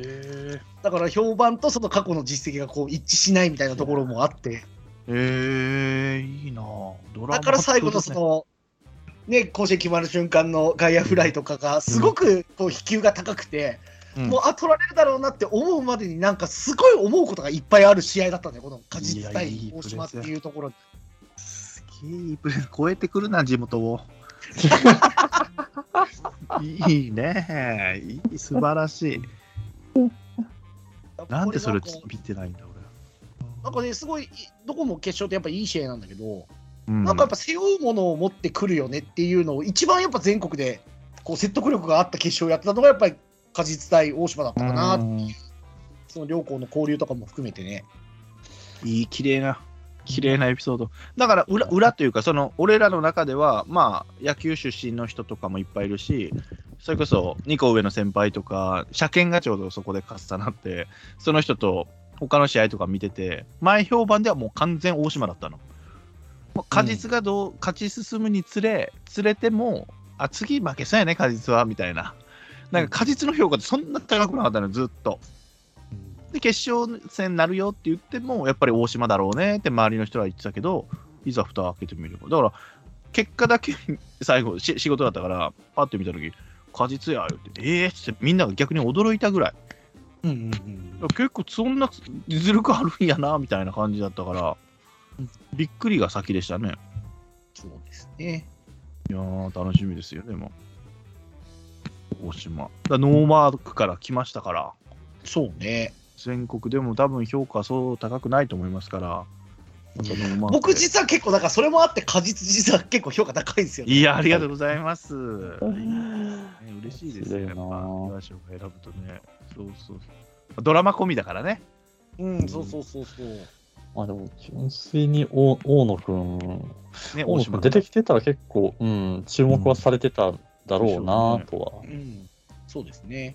B: え
C: だから評判とその過去の実績がこう一致しないみたいなところもあって、
B: えー、いいなぁドラマ
C: だから最後のその、ね、甲子園決まる瞬間の外野フライとかが、すごくこう飛球が高くて、
B: うん
C: もう、あ、取られるだろうなって思うまでに、なんかすごい思うことがいっぱいある試合だったんだよ、この果実対
B: いやいい
C: 大島っていうところ。
B: すげえいいプレー超えてくるな地元を *laughs* いいねいい素晴らしいなんでそれ
C: こなんか
B: 見てないんだ
C: なんかね、すごい、どこも決勝ってやっぱいい試合なんだけど、
B: 俺、うん
C: なんかやっぱ背負うものを持ってくるよねっていうのを、一番やっぱ全国でこう説得力があった決勝をやってたのが、やっぱり果実対大島だったかなって
B: うん
C: その両校の交流とかも含めてね。
B: いい綺麗な綺麗なエピソードだから裏裏というかその俺らの中ではまあ野球出身の人とかもいっぱいいるしそれこそ2個上の先輩とか車検がちょうどそこで重なってその人と他の試合とか見てて前評判ではもう完全大島だったのもう果実がどう、勝ち進むにつれつれてもあ次負けそうやね果実はみたいななんか果実の評価ってそんな高くなかったのよずっとで決勝戦になるよって言ってもやっぱり大島だろうねって周りの人は言ってたけどいざ蓋を開けてみればだから結果だけ *laughs* 最後し仕事だったからパッて見た時果実や言ってええー、っつってみんなが逆に驚いたぐらい
C: うんうんうん
B: 結構そんな実力あるんやなみたいな感じだったからびっくりが先でしたね
C: そうですね。
B: いやー楽しみですよでも大島だからノーマークから来ましたから
C: そうね。
B: 全国でも多分評価そう高くないと思いますからそのまあ
C: 僕実は結構だからそれもあって果実実は結構評価高いんですよ、ね。
B: いや、ありがとうございます。ね嬉しいですね。
A: 面白いな
B: やっぱ、岩橋を選ぶとね。そうそうそう。ドラマ込みだからね。
C: うん、そうそうそうそう。
A: まあでも、純粋に大大野くん、
B: ね、
A: 大
B: 大
A: 野く
B: 島
A: ん出てきてたら結構、うん、注目はされてただろうなとは。
C: うん、そうですね。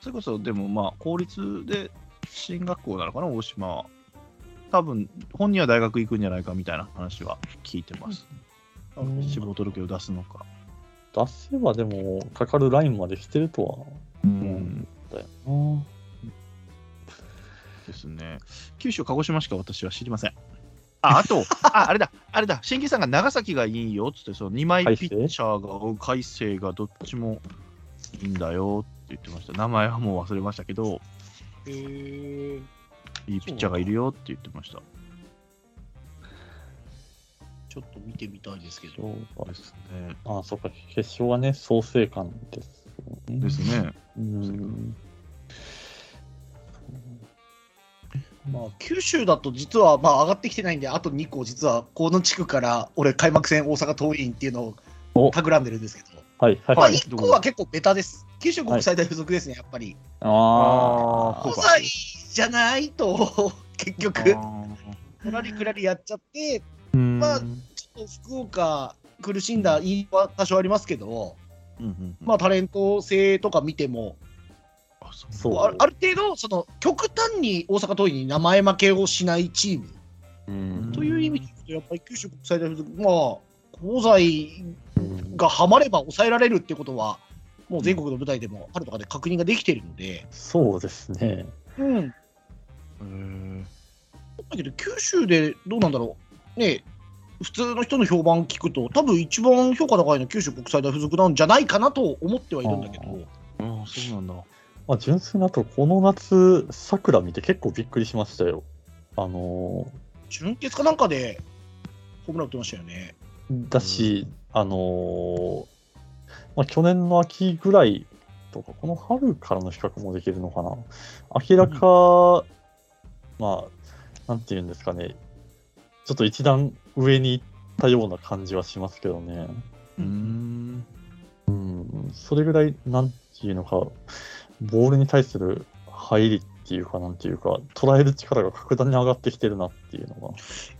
B: それこそ、でもまあ、公立で進学校なのかな、大島は。多分、本人は大学行くんじゃないかみたいな話は聞いてます。
A: うん
B: 志望届を出すのか。
A: 出せばでも、かかるラインまで来てるとは
B: うん。
A: だよな。
B: ですね。九州、鹿児島しか私は知りません。あ、あと、あ、あれだ、あれだ、新規さんが長崎がいいよっつって、その2枚
A: 海
B: ピ
A: 星
B: ッチャーが、海星がどっちもいいんだよって言ってました。名前はもう忘れましたけど、
C: へえ。
B: いいピッチャーがいるよって言ってました。
C: ちょっと見てみたいですけど。
A: そうか
B: ですね。
A: ああ、そっか、決勝はね、創成館ですよね。
B: ですね。
A: うん。
C: まあ九州だと実はまあ上がってきてないんで、あと2個実はこの地区から俺開幕戦大阪桐蔭っていうのを
A: お
C: 企んでるんですけど。
A: はい、はい、
C: まあ
A: はい。
C: 1個は結構ベタです。九州国際大付属ですね、やっぱり。
A: ああ、
B: あ
C: 5
B: ー
C: 歳じゃないと *laughs* 結局のらりくらりやっちゃって
B: うん
C: まあちょっと福岡苦しんだ言いは多少ありますけど、
B: うんうんうん
C: まあ、タレント性とか見ても
B: あそ
A: そう
C: あある程度その極端に大阪桐蔭に名前負けをしないチーム
A: うん。
C: という意味で言うとやっぱり九州国際大付属まあ香西がハマれば抑えられるってことはもう全国の舞台でも、春とかで確認ができてるので、
A: そうですね。
C: うん、だ
B: うん
C: けど九州でどうなんだろう、ねえ、普通の人の評判聞くと、多分一番評価高いのは九州国際大付属なんじゃないかなと思ってはいるんだけ
A: あー
C: ど、
B: ああそうなんだ
A: まあ、純粋なと、この夏、桜見て結構びっくりしましたよ。あの
C: 純潔かなんかでホームラン打ってましたよね。
A: ーだし、あのーまあ、去年の秋ぐらいとか、この春からの比較もできるのかな。明らか、まあ、なんていうんですかね、ちょっと一段上に行ったような感じはしますけどね。
B: うーん
A: うんそれぐらい、なんていうのか、ボールに対する入りっていうか、なんていうか、捉える力が格段に上がってきてるなっていうのが、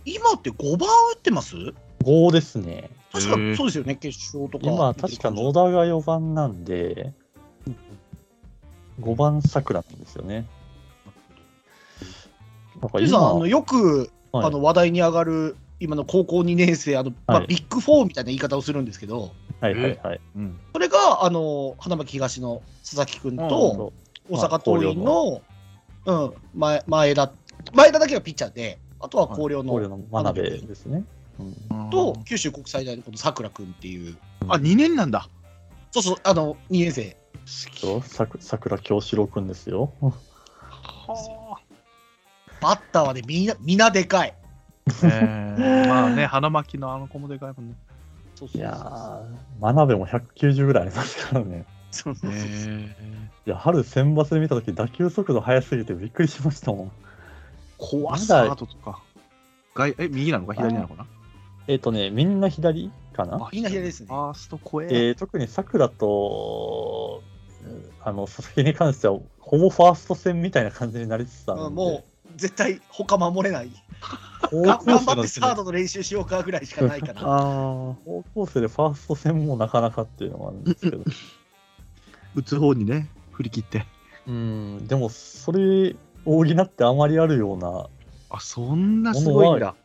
C: 今って5番打ってます
A: 5ですね。
C: 確
B: へえ
C: かそうですよね、決勝とか。
A: 今、確か野田が4番なんで、5番桜なんですよね。なんか
C: ゆうさんあの
A: 今、
C: よく、
A: はい
C: あの話題に上がる今の高校2年生あの、まあ
A: はい
C: ビッグ4みたいな言い方をするんですけど
A: はいはいはい。
B: うん
C: それがあの花巻東の佐々木君と
A: そう
C: 大
A: まあ
C: 阪桐蔭の,、うん、前前田前田だけがピッチャーであとは
B: はい
C: 広陵
A: う
C: の、
A: これの真鍋ですね。うん
C: と九州国際大のこの佐倉君っていう
B: あ二年なんだ
C: そうそうあの2年生
A: そうさく桜京志郎くんですよ。
B: は
C: バッターはねみんなみんなでかい。
B: あへえまあね花巻のあの子もでかいもんね
C: そうそ
A: いう
C: そう
A: やー、真鍋も190ぐらいありますからね。
C: そうそうそう
B: へ
A: いや、春選抜で見たとき、打球速度速すぎてびっくりしましたもん。
B: 怖
A: ま
B: ス
A: だ
B: タートとか外え右なのか左なのかな
A: えっ、とね、みんな左かな。
C: みんな左ですね
B: ファースト超え
A: えー特に桜と、うんあの、佐々木に関しては、ほぼファースト戦みたいな感じになりつつある
C: うんん
A: で、
C: もう絶対他守れない
A: 高
C: が
A: 校
C: 頑
A: 生
C: 張
A: の
C: って
A: 時
C: サー
A: 点で
C: ドの練習しよ *laughs* うかぐらいしかないかな。
A: あー高校生でファースト戦もなかなかっていうのもあるんですけど。
B: 打つ方にね振り切って
A: *laughs* うん、でも、それを補ってあまりあるような
B: あそんなすごいんだ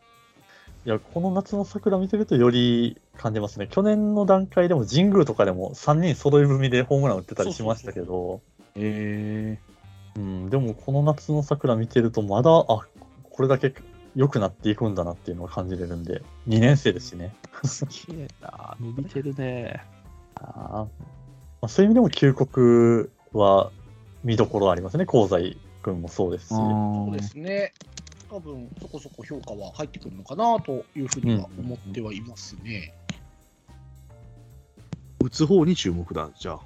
A: いや、この夏の桜見てるとより感じますね。去年の段階でも神宮とかでも3人揃い踏みでホームラン打ってたりしましたけど、
B: へえ
A: うん、でもこの夏の桜見てるとまだ、あ、これだけ良くなっていくんだなっていうのを感じれるんで、2年生ですしね。
B: すげえな伸びてるね
A: あーまあ、そういう意味でも旧国は見どころありますね。香西君もそうですし。
C: そうですね。多分そこそこ評価は入ってくるのかなというふうには思ってはいますね。
B: 打つ方に注目だじゃあ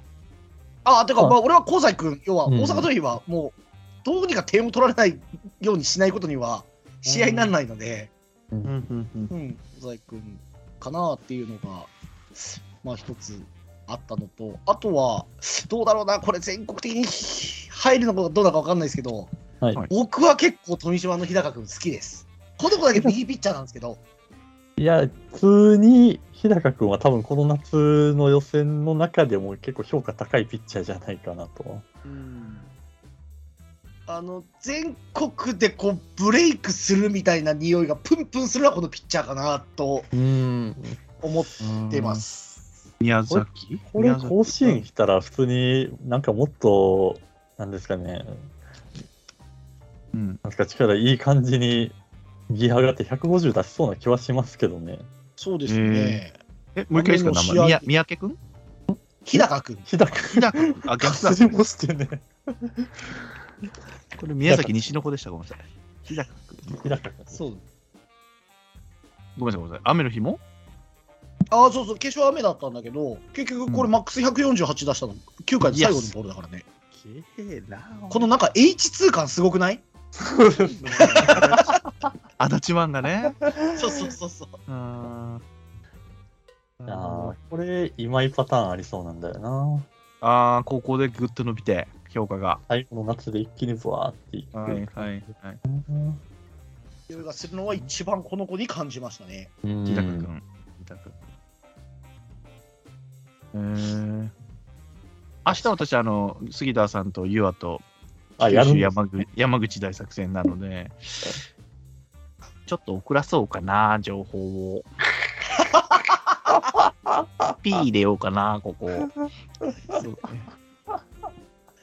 C: ああ、てか、
A: あ
C: まあ、俺は香西君、要は
A: うん
C: 大阪桐蔭はもう、どうにか点を取られないようにしないことには試合にならないので、
B: うんうんうん
C: うん、香西君かなっていうのが、まあ、一つあったのと、あとは、どうだろうな、これ、全国的に入るのかどうだか分かんないですけど、
A: はい
C: 僕は結構、富島の日高君好きです。この子だけ右ピッチャーなんですけど、
A: いや、普通に日高君は多分この夏の予選の中でも結構評価高いピッチャーじゃないかなと。
C: あの全国でこうブレイクするみたいな匂いがプンプンするのはこのピッチャーかなと
A: うん。
C: 思ってます。
B: 宮崎
A: これ甲子園来たら普通になんかもっと、なんですかね、
B: うん
A: なんか力いい感じにギア上がって150出しそうな気はしますけどね。
C: そうですね。
B: えもう一回ですか
C: あ
B: 名
C: の試合
B: 前宮三宅君
C: 日高君。
A: 日高君
B: 日高君あ逆
A: *laughs*
B: だ
A: 走りもしてね。
B: これ宮崎西の子でしたごめんなさい日高君
A: 日高君。
C: そう。
B: ごめんなさいごめんなさい雨の日も
C: ああ、そうそう、決勝雨だったんだけど、結局これマックス148出したの、9回で最後のボールだからね。
B: きれいな
C: このなんか H2 感すごくない
B: 足立漫画ね
C: そうそうそうそう。
B: あ
A: あーこれ、今井パターンありそうなんだよな。
B: あー、高校でぐっと伸びて、評価が。
A: 最後の夏で一気にブワーっていく。
B: はいはい。
A: うん
C: 匂いがするのは一番この子に感じましたね。
B: 自宅君。自宅君。へえ。明日私、あの、杉田さんとユアと
A: あ、や
B: 九
A: るん
B: 州
A: です
B: 山口山口大作戦なので、ちょっと遅らそうかな、情報を。 *laughs* P 入れようかな、ここ。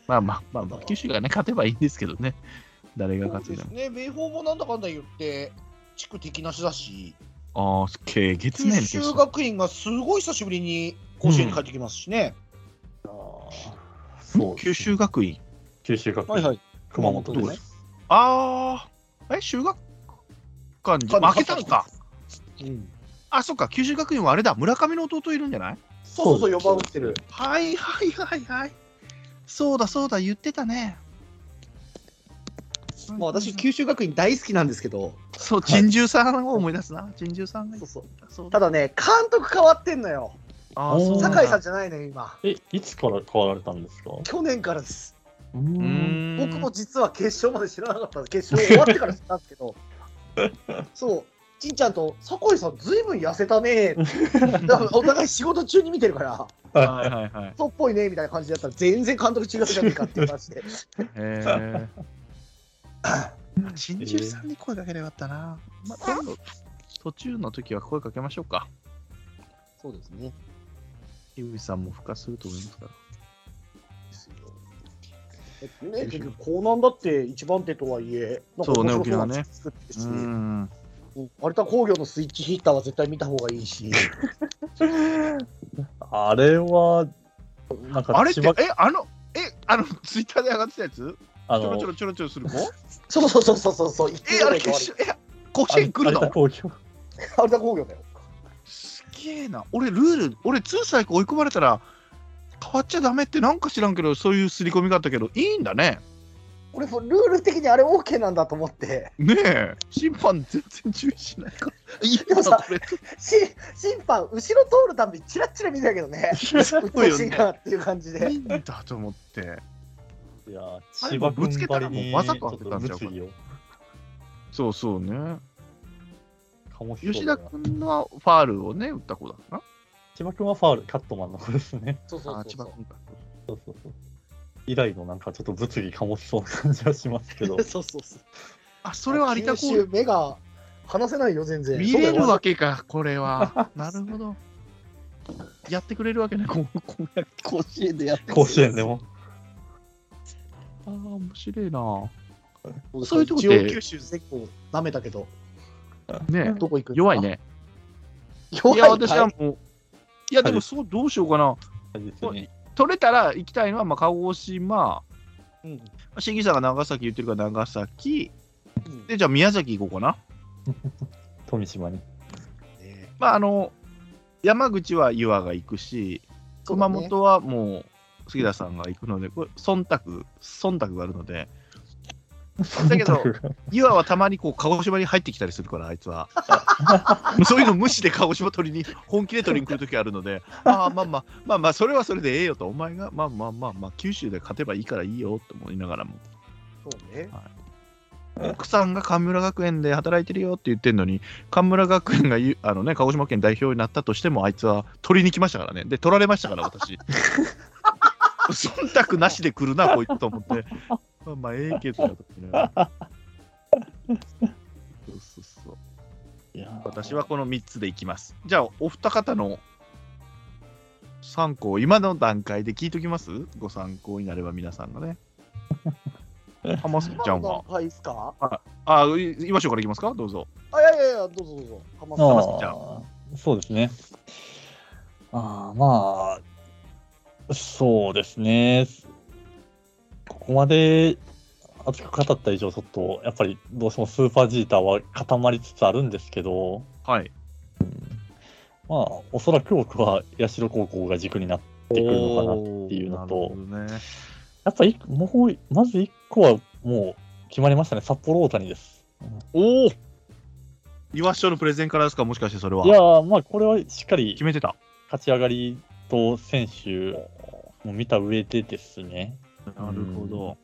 B: まあまあまあまあ、九州がね、勝てばいいんですけどね。誰が
C: そう
B: 勝つ
C: で
B: ですも。
C: ね、明豊もなんだかんだ言って、地区敵なしだし、
B: ああ、すっげえ、月
C: 九
B: 面決
C: 州
B: 勝。
C: 学院がすごい久しぶりに甲子園に帰ってきますしね。
A: そう
B: 九州学院。
A: 九州学院、
C: はいはい。
A: 熊本
C: 熊
A: で。
C: 本です
B: ああ、え、修学館に負けたのか。
C: うん、
B: あ、そっか、九州学院はあれだ、村上の弟いるんじゃない
C: そうそうそう、4番打ってる。
B: はいはいはいはい。そうだそうだ、言ってたね。
C: まあ、私、九州学院大好きなんですけど、
B: そう、珍獣さんを思い出すな。珍獣さんが
C: そうそう
B: そう
C: た
B: だ。
C: だね、監督変わってんのよ。
B: あー
A: おー
B: そうなん
C: 酒
B: だ
C: 井さんじゃないのよ、今。
A: え、いつから変わられたんですか
C: 去年からです。
A: う
B: うー
A: ん。
B: ん
C: 僕も実は決勝まで知らなかったんです。決勝終わってから知ったんですけ *laughs* ど、そう、ちんちゃんと酒井さん、ずいぶん痩せたねーって多分お互い仕事中に見てるから、
B: はいはいはい。
C: そうっぽいねみたいな感じだったら、全然監督違うじゃねえかっていう話で。
B: へえ。珍獣さんに声かければよかったな。まあ、今度途中の時は声かけましょうか。
C: そうですね。
B: 井口さんも付加すると思いますから。
C: ですよ。だってね、結局、コーナンだって一番手とはいえ、なんか
B: そうね
C: 面白
B: 沖縄ね
C: な作ってるし
B: ん。
C: 有田工業のスイッチヒッターは絶対見た方がいいし、
A: あれは、なんか
B: あれって、
A: 千葉
B: え、あの、え、あの、ツイッターで上がってたやつ
A: あ
B: ちょろち
A: の、
B: ょろちょろちょろする子
C: *laughs* そうそうそうそうそうそう、一
B: え、あれ
C: 決
B: 決
C: 勝
B: 勝、え、甲子園来る
A: 有田
B: の
A: 工業
C: 有田工業だよ。
B: すげえな。俺、ルール、俺、ツーサイク追い込まれたら、変わっちゃダメってなんか知らんけど、そういう刷り込みがあったけど、いいんだね。
C: 俺もうルール的にあれ OK なんだと思って、
B: ねえ、審判全然注意しないから。い
C: で
B: や
C: も
B: さ、
C: さ
B: これ、
C: し審判、後ろ通るたんび、チラッチラ見てたけどね、うっとうしいなっていう感じ
B: いい
C: で、
B: んだと思って。
A: いや、
B: あれ
A: 千
B: も
A: 葉
B: ぶ
A: 君
B: つけた
A: ば
B: ら
A: り
B: もう
A: に、
B: わざ
A: ち
B: と
A: ょ
B: 当
A: って
B: た
A: と
B: んちゃ
A: 物
B: うか
A: 議を
B: そうそうね。
A: 醸しそう
B: 吉
A: だ
B: 田
A: な
B: 君のファールをね、打った子だな。
A: 千葉君はファール、カットマンの方ですね。 *laughs*
C: そうそう
B: あ、
C: そう
B: 千
C: そ
B: 葉
C: う。
B: 君か。
A: そうそうそう。以来のなんかちょっと物議醸しそうな感じはします *laughs* けど
C: *laughs* そうそうそう
B: あ、それは有田
C: 九
B: 工
C: 州目が離せないよ、全然。
B: 見れるわけか、これは。なるほど。やってくれるわけね、こうこうやって甲子園でやってくれる
A: 甲子園で。も。
B: ああ、面白いな。
C: そう
B: そういうとこ
C: 地
B: で
C: 方九州全国舐めたけど、
B: ね
C: どこ行くんですか
B: 弱い。ね。
C: 弱
B: い
C: い
B: や、
C: や、
B: 私
C: 私
B: は
C: は。
B: もう。いや、でもそう、どうしようかな。
A: ですよね。
B: 取れたら行きたいのは、まあ、鹿児島。
C: うん
B: 審議さんが長崎言ってるから長崎。で、じゃあ宮崎行こうかな。
A: 富島に。
B: まあ、あの、山口は岩が行くし、
C: そうだ
B: 熊
C: ね
B: 本はもう杉田さんが行くので、これ、忖度、忖度があるので、だけど岩はたまにこう鹿児島に入ってきたりするから、あいつは。 *laughs* もうそういうの無視で鹿児島取りに、本気で取りに来るときあるので、ああ、まあまあ、まあまあ、それはそれでええよと、お前が、まあまあまあまあ、九州で勝てばいいからいいよと思いながらも、
C: そうね。
B: 奥さんが神村学園で働いてるよって言ってんのに、神村学園がゆあの、ね、鹿児島県代表になったとしても、あいつは取りに来ましたからね。で、取られましたから、私。忖度なしで来るな、こいつと思って。まあ、まあ、ええけどなと思いながら。そうそうそう
A: *laughs* いやー
B: 私はこの3つでいきます。じゃあ、お二方の参考、今の段階で聞いときますご参考になれば、皆さんがね。浜崎ちゃんは。
C: はい、いいっすか。
B: あ、い今しょからいきますかどうぞ。
C: あ、いやいやいや、どうぞどうぞ。浜
A: あ
C: さ
B: 崎ちゃん
A: ーそうですね。あーまあ、そうですね。ここまで熱く語った以上、ちょっとやっぱりどうしてもスーパージーターは固まりつつあるんですけど、
B: はい。
A: まあ、おそらく僕は社高校が軸になってくるのかなっていうのと
B: おーなるほどね、
A: やっぱ一個もうまず1個はもう決まりましたね、札幌大谷です。。
B: おお岩師匠のプレゼンからですか、もしかしてそれはい
A: やー、まあ、これはしっかり
B: 決めてた。
A: 勝ち上がりと選手も見た上でですね、
B: なるほど。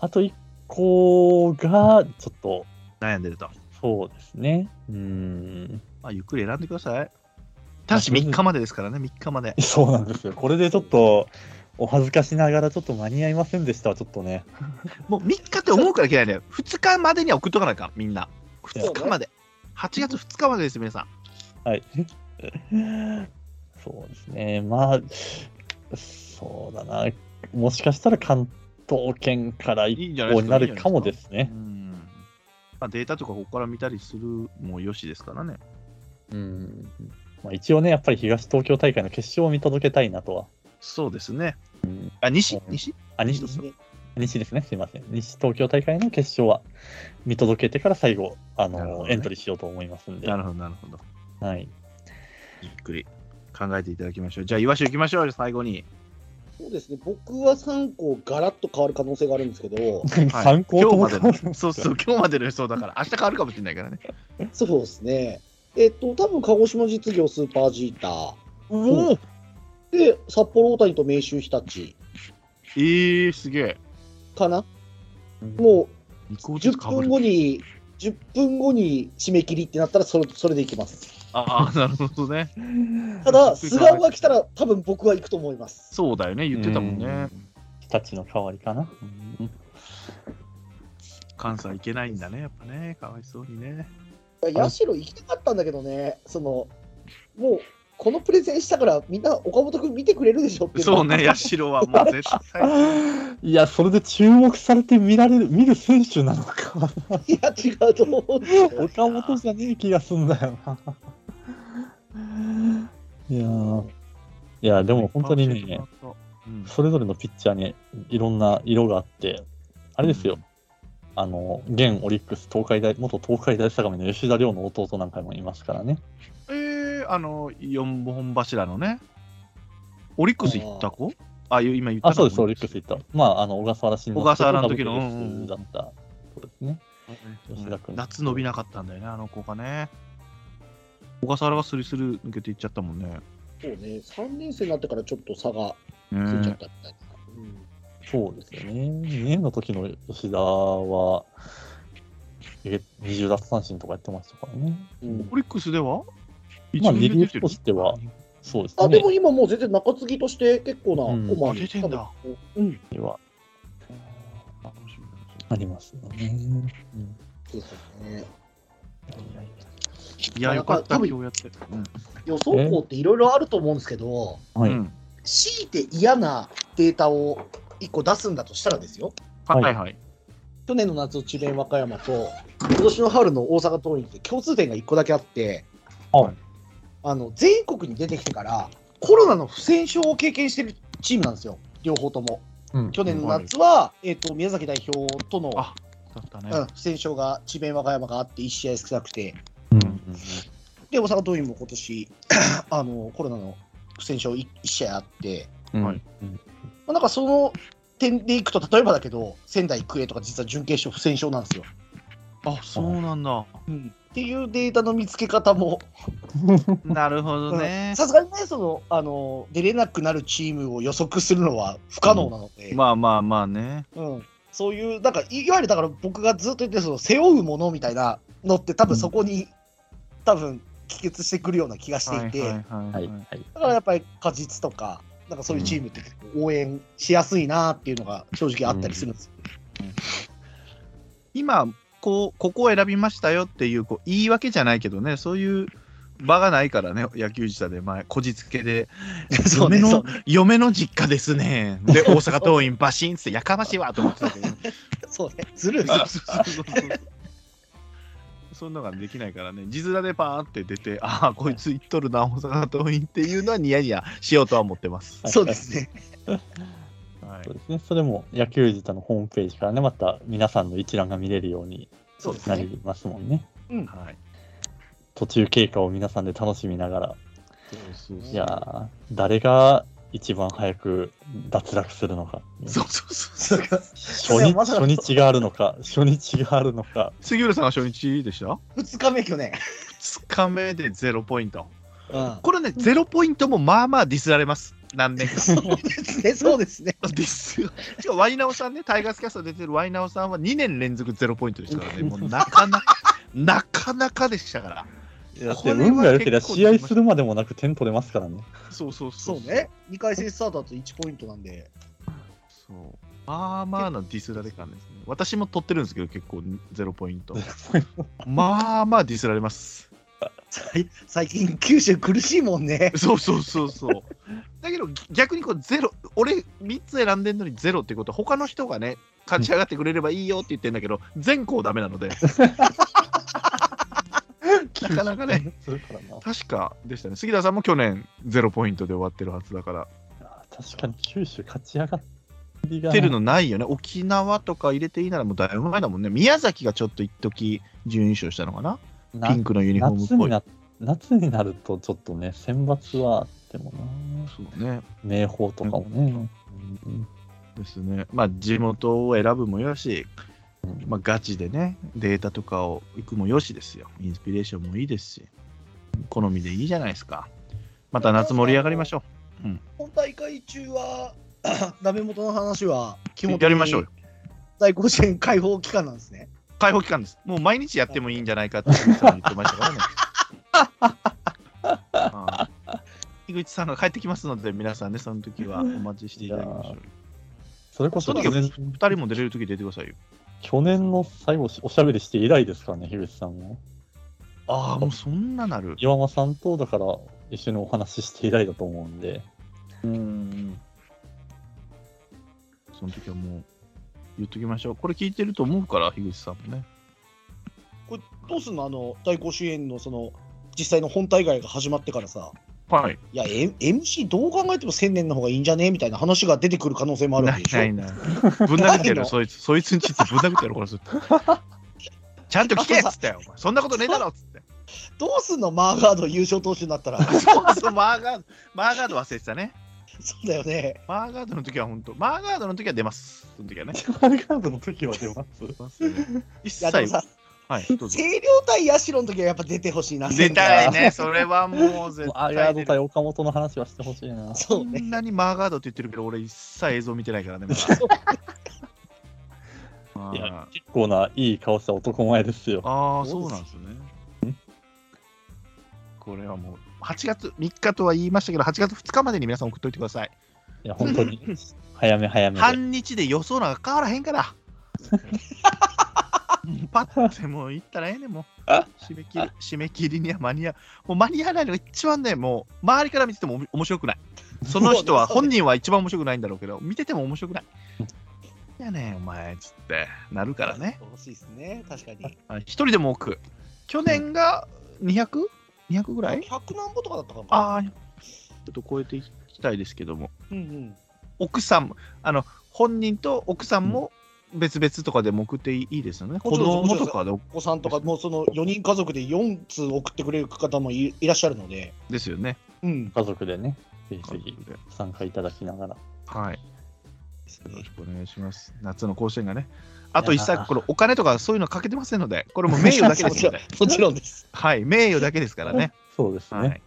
A: あと1個が、ちょっと、
B: 悩んでると。
A: そうですね、うーん、 *laughs*
B: まあ、ゆっくり選んでください。ただし3日までですからね、3日まで。
A: そうなんですよ、これでちょっと、お恥ずかしながら、ちょっと間に合いませんでしたわ、ちょっとね、
B: もう3日って思うからいけないんだよ。2日までには送っとかないかん、みんな。2日まで。8月2日までです、皆さん。
A: はい、 *laughs* そうですね。まあ、そうだな。もしかしたら関東圏から
B: いい
A: 一
B: んじゃな
A: 歩
B: いです
A: に
B: か
A: なるかもです
B: う
A: ね。
B: んまあ、データとかここから見たりするもよしですからね。
A: うん。まあ、一応ね、やっぱり東東京大会の決勝を見届けたいなとは。
B: そうですね。あ、西西
A: あ、西
B: 西
A: 西ですね。すいません。西東京大会の決勝は見届けてから最後、あ
B: なるほど
A: の、
B: ね
A: エントリーしようと思いますんで。
B: なるほど、なるほど。
A: *laughs* はい。
B: じっくり考えていただきましょう。じゃあ、岩手行きましょう、最後に。
C: そうですね、僕は3個ガラッと変わる可能性があるんですけど、
B: はい
A: 参考と
B: 今日ま
A: も
B: で
A: 変
B: の
A: わるん *laughs* です
B: そうそう、今日までの予想だから、明日変わるかもしれないからね。
C: そうですね、えっと、多分鹿児島実業スーパージーター、
B: おお
C: で、札幌大谷と明秀日立
B: えー、すげえ。
C: かな、
A: うん
C: も
B: 2
C: う
B: 個ずつ
C: 10
B: かぶ
C: 分
B: る。
C: 後に、10分後に締め切りってなったらそれ、それでいきます。
B: ああ、なるほどね。
C: ただ、菅生が来たら、多分僕は行くと思います。
B: そうだよね、言ってたもん
A: う
B: ね。
A: 日立の代わりかな。うん
B: 関西行けないんだね、やっぱね。かわいそうにね。
C: 社行きたかったんだけどね、そのもうこのプレゼンしたから、みんな岡本君見てくれるでしょっていのが
B: そうね、八代は
A: *laughs*
B: もう絶対。
A: いや、それで注目されて見られる、見る選手なのか。
C: いや、違うと思 *laughs* うんですよ
A: 岡本じゃねえ気がすんだよな。いやーいや、でも本当にね、
B: うん。
A: それぞれのピッチャーにいろんな色があって、あれですよ、あの、現オリックス東海大、元東海大相模の吉田亮の弟なんかもいますからね。
B: えー、あの、四本柱のね、オリックス行った子ああ、今言った
A: あ、そうです、オリック
B: ス。
A: ス行った。まあ、あの、小笠原慎之
B: 小笠原の時の
A: と
B: うんうんうん
A: だった。そうですね。吉田君
B: 夏伸びなかったんだよね、あの子がね。小笠原がスルスル抜けていっちゃったもんね。
C: そうね、3年生になってからちょっと差がついちゃ
B: ね
C: ったみたいな。
A: そうですよね。2年の時の吉田は、え20奪三振とかやってましたからね。
C: うんうん
B: オリックスでは
A: まあ
B: 一軍で
A: リリー
B: 出
A: フとしてはそうですね。
C: あでも今もう全然中継ぎとして結構な
A: うん
C: コマ
B: あ出てんだ。
C: うん、
A: では
B: 楽しみだね
A: ありますよね。うん
C: そうですね。
B: いや、よかった、
C: 多
B: 今
C: 分
B: 日やって。うん
C: 予想校っていろいろあると思うんですけど、
A: はい。
B: うん
C: 強いて嫌なデータを1個出すんだとしたらですよ。
A: はい
B: はいはい。
C: 去年の夏の智弁和歌山と、今年の春の大阪桐蔭って共通点が1個だけあって、
A: はい
C: あの全国に出てきてから、コロナの不戦勝を経験してるチームなんですよ、両方とも。
A: うん
C: 去年の夏は、えー、と宮崎代表との、
B: あだったね
C: うん。不戦勝が智弁和歌山があって、1試合少なくて、
A: うん
C: で大阪桐蔭も今年 *clears throat* あのコロナの不戦勝 1, 試合あって、
A: うん
B: はい
A: うん
C: まあ、なんかその点でいくと、例えばだけど、仙台育英とか実は準決勝不戦勝なんですよ。
B: あ、そうなんだ。
C: っていうデータの見つけ方も、
B: なるほどね。
C: さすがにねそのあの、出れなくなるチームを予測するのは不可能なので、
B: まあまあまあね。
C: うん、そういう、なんかいいわゆるだから僕がずっと言ってるその背負うものみたいなのって、多分そこに、多分帰結してくるような気がしていて、
B: はいはい
A: は
B: はい
A: い
B: は。
A: はいい。
C: だからやっぱり果実とか、なんかそういうチームって応援しやすいなっていうのが正直あったりするんですよ。
B: 今こうここを選びましたよっていうこう言い訳じゃないけどねそういう場がないからね野球自体で前こじつけで
C: *laughs* そうね
B: 嫁の
C: そう
B: 嫁の実家ですねで大阪桐蔭バシーンっつってやかましいわと思って *laughs* たけど
C: そうね、ずるい。
B: そうそうそうそうそんなのができないからね地面でパーンって出てああこいつ行っとるな大阪桐蔭っていうのはニヤニヤしようとは思ってます。
C: そうですね。
B: はい
A: そうですね。それも野球自体のホームページからね、また皆さんの一覧が見れるように
C: そうです
A: な
C: ね。
A: りますもんね。
B: はい、
A: 途中経過を皆さんで楽しみながら。
B: そうそう
A: いやー誰が一番早く脱落するのか。
B: そうそうそうそう
A: 初
B: *laughs*
A: 日初日があるのか、初日があるのか。
B: 杉浦さんは初日でした
C: 2日目去年。
B: 2日目でゼロポイント。
C: うん
B: これね、ゼロポイントもまあまあディスられます。何年か。
C: そうですね、そうで
B: *laughs*
C: すね。
B: ディス。しかもワイナオさんね、タイガースキャスト出てるワイナオさんは2年連続ゼロポイントでしたからね、もうなかなか、 *laughs* なかなかでしたから。
A: だっ
B: こ
A: て
B: れは
A: 運が良ければ
B: 結構
A: 試合するまでもなく点取れますからね。
B: そうそうそ。
C: そううね。。2回戦スタートだと1ポイントなんで。
B: そうまあまあなディスられ感ですね。私も取ってるんですけど、結構ゼロポイント。まあまあディスられます。
C: さい最近九州苦しいもんね。
B: そうそうそうそう。だけどぎ逆にこうゼロ、俺3つ選んでんのにゼロってことは、他の人がね、勝ち上がってくれればいいよって言ってんだけど、全校ダメな *laughs* ので。 *laughs* なかなかね、
A: *laughs* するからな。
B: 確かでしたね。杉田さんも去年ゼロポイントで終わってるはずだから、
A: あー確かに九州勝ち上がりが
B: てるのないよね。沖縄とか入れていいならもうだいぶ前だもんね。宮崎がちょっと一時準優勝したのかな
A: な
B: ピンクのユニフォームっ
A: 夏
B: ぽ
A: に
B: い。
A: な夏になるとちょっとね、選抜はでもな、
B: そうね。
A: 明豊とかもね。うん
B: ですね。まあ地元を選ぶもよし、
A: うん
B: まあ、ガチでね、データとかを行くもよしですよ。インスピレーションもいいですし、好みでいいじゃないですか。また夏盛り上がりましょ
C: 本大会中は *coughs* ダメ元の話は基
B: う。
C: 本的
B: や
C: に
B: りましょうよ。
C: 大甲子園開放期間なんですね。
B: 開放期間です。もう毎日やってもいいんじゃないかって井口さん言ってました *laughs* からね。ああ井口さんが帰ってきますので、皆さんね、その時 *laughs* はお待ちしていただきましょう。
A: それこそ
B: その時
A: 去
B: は
A: 年
B: 2人も出れる時出てくださいよ。
A: 去年の最後おしゃべりして以来ですからね、樋口さんも。
B: ああ、もうそんななる。
A: 岩間さんとだから一緒にお話しして以来だと思うん
B: *laughs*
A: で、
B: うん。その時はもう言っときましょう。これ聞いてると思うから、樋口さんもね。
C: これどうすんのあの大甲子園のその実際の本大会が始まってからさ、
B: はい。
C: いや、M、MC どう考えても1000年の方がいいんじゃねみたいな話が出てくる可能性もあるわ
B: な
C: け
B: い
C: でしょ。
B: ないない。ぶん殴ってやる
C: ない
B: よ、
C: の
B: そいつ。そいつにちつぶん殴ってやる *laughs* から、そいつちゃんと聞けっつったよ、お前そんなことねえだろっつって。
C: どうすんのマーガード優勝投手になった
B: *laughs*
C: ら。
B: そうそう、マーガード、マーガード忘れてたね。
C: そうだよね。
B: マーガードの時は本当、マーガードの時は出ます。その時は
C: *laughs*
B: ね。
A: マーガードの時は出ます。
B: 一
C: いやでも
B: 切、
C: さ、
B: はい、どうぞ。
C: 星稜対社の時はやっぱ出てほしいな。
B: 出たいね、それはもう絶
A: マー
B: 対
A: ガー
B: 出
A: ド
B: る
A: 対岡本の話はしてほしいな。
C: そう
B: こ
C: ね。
B: んなにマーガードって言ってるけど、俺一切映像見てないからね、まだ
A: いや
B: あー
A: 結構ないい顔した男前ですよ。
B: あー、そ
C: そ
B: うう
C: です
B: なんですね。これはもう、8月3日とは言いましたけど、8月2日までに皆さん送っといてください。
A: い *laughs* や、本当に早め早めで。
B: 半日で予想なんか変わらへん
C: *laughs*
B: から。もうパッてもう行ったらええねんもう締め切
C: *laughs*
B: り締め切りには間に合うもう間に合わないのが一番ねもう周りから見ててもおも面白くないその人は
C: そうね
B: 本人は一番面白くないんだろうけど見てても面白くないいやねんお前っつってなるからね。
C: 欲しいですね。確かに。
B: はい一人でも多く去年が 200?200 ぐらい
C: 100何歩とかだったかな。
B: ああちょっと超えていきたいですけども
C: うんうん。
B: 奥さんもあの本人と奥さんも別々とかでも送っていいですよね、
C: も
B: 子
C: ちろん
B: 供とかで
C: お子さんとか、もうその4人家族で4通送ってくれる方もいいらっしゃるので。
B: ですよね
C: うん。
A: 家族でね、ぜひぜひ
B: 家族で
A: 参加いただきながら。
B: はい
C: です
B: よろ
C: ね
B: しくお願いします夏の甲子園がねあと一
A: いやー
B: 切これお金とかそういうのかけてませんのでこれもう名誉だけですので
C: *laughs* もちろんです。
B: はい名誉だけですからね、
A: そうです
B: は
A: ね。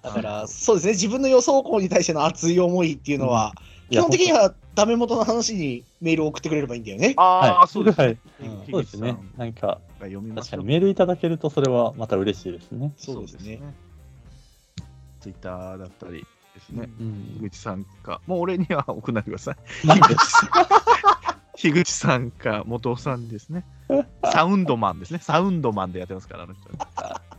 B: い、
C: だから、そうですね。自分の予想校に対しての熱い思いっていうのは、
A: い
C: 基
A: や
C: 本的にはダメ元の話にメールを送ってくれればいいんだよね。
B: ああ、
A: はい
B: そうです
A: は
B: ね
A: い、
C: うん
A: そうですね。なんか、
B: 樋口さんが読みま
A: 確
B: す
A: か
B: よ
A: にメールいただけると、それはまた嬉しいですね。
C: そうですね。
B: ツイッターだったりですね、
A: うん
B: 樋口さんか、もう俺には送んないでください。
A: なんで
B: 樋口さんか元尾さんですね。サウンドマンですね。サウンドマンでやってますから、あの人。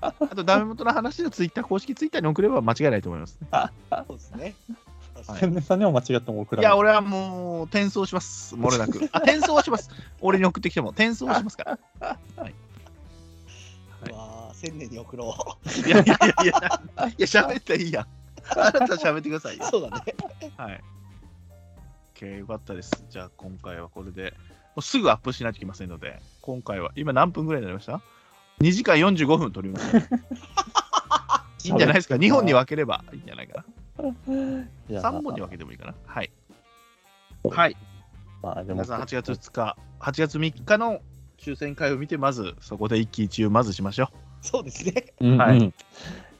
B: あと、ダメ元の話のツイッター、公式ツイッターに送れば間違いないと思います、ね。
C: そうですね。
B: はい
A: 天然さんには間違っても送
B: い
A: らない。
B: や、俺はもう転送します。漏れなく。あ、転送はします。俺に送ってきても転送はしますから。はいう
C: わあ、千年に送ろ。
B: いやいやいやいや、いや、喋っていいやん。あなた喋ってくださいうよ。
C: *laughs* そうだね。
B: はい。OK、よかったです。じゃあ、今回はこれで、もうすぐアップしないといけませんので、今回は、今何分ぐらいになりました ?2 時間45分撮りま
A: *laughs*
B: した。いいんじゃないですか。2本に分ければいいんじゃないか
A: い
B: な。
A: や
B: 3本に分けてもいいかな。はい。はい。
A: まあ、でも
B: 皆さん、8月2日、8月3日の抽選会を見て、まず、そこで一喜一憂、まずしましょ
C: そうですね。
A: うんうん
B: はいう。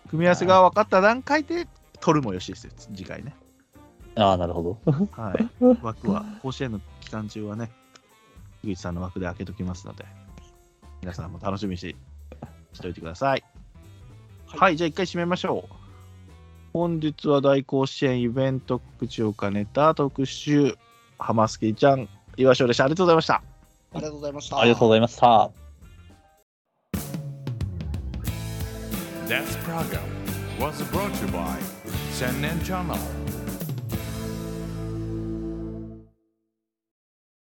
B: 組み合わせが分かった段階で、撮るもよしですよ、次回ね。
A: ああ、なるほど。
B: はい。枠は、甲子園の期間中はね、井口さんの枠で開けときますので、皆さんも楽しみにししておいてください。はい、じゃあ一回締めましょう。本日は大甲子園イベント告知を兼ねた特集、浜助ちゃん、岩翔でした。ありがとうございました。
C: ありがとうございました。
A: ありがとうございました。
D: That's Praga was brought to you by Sennen Channel.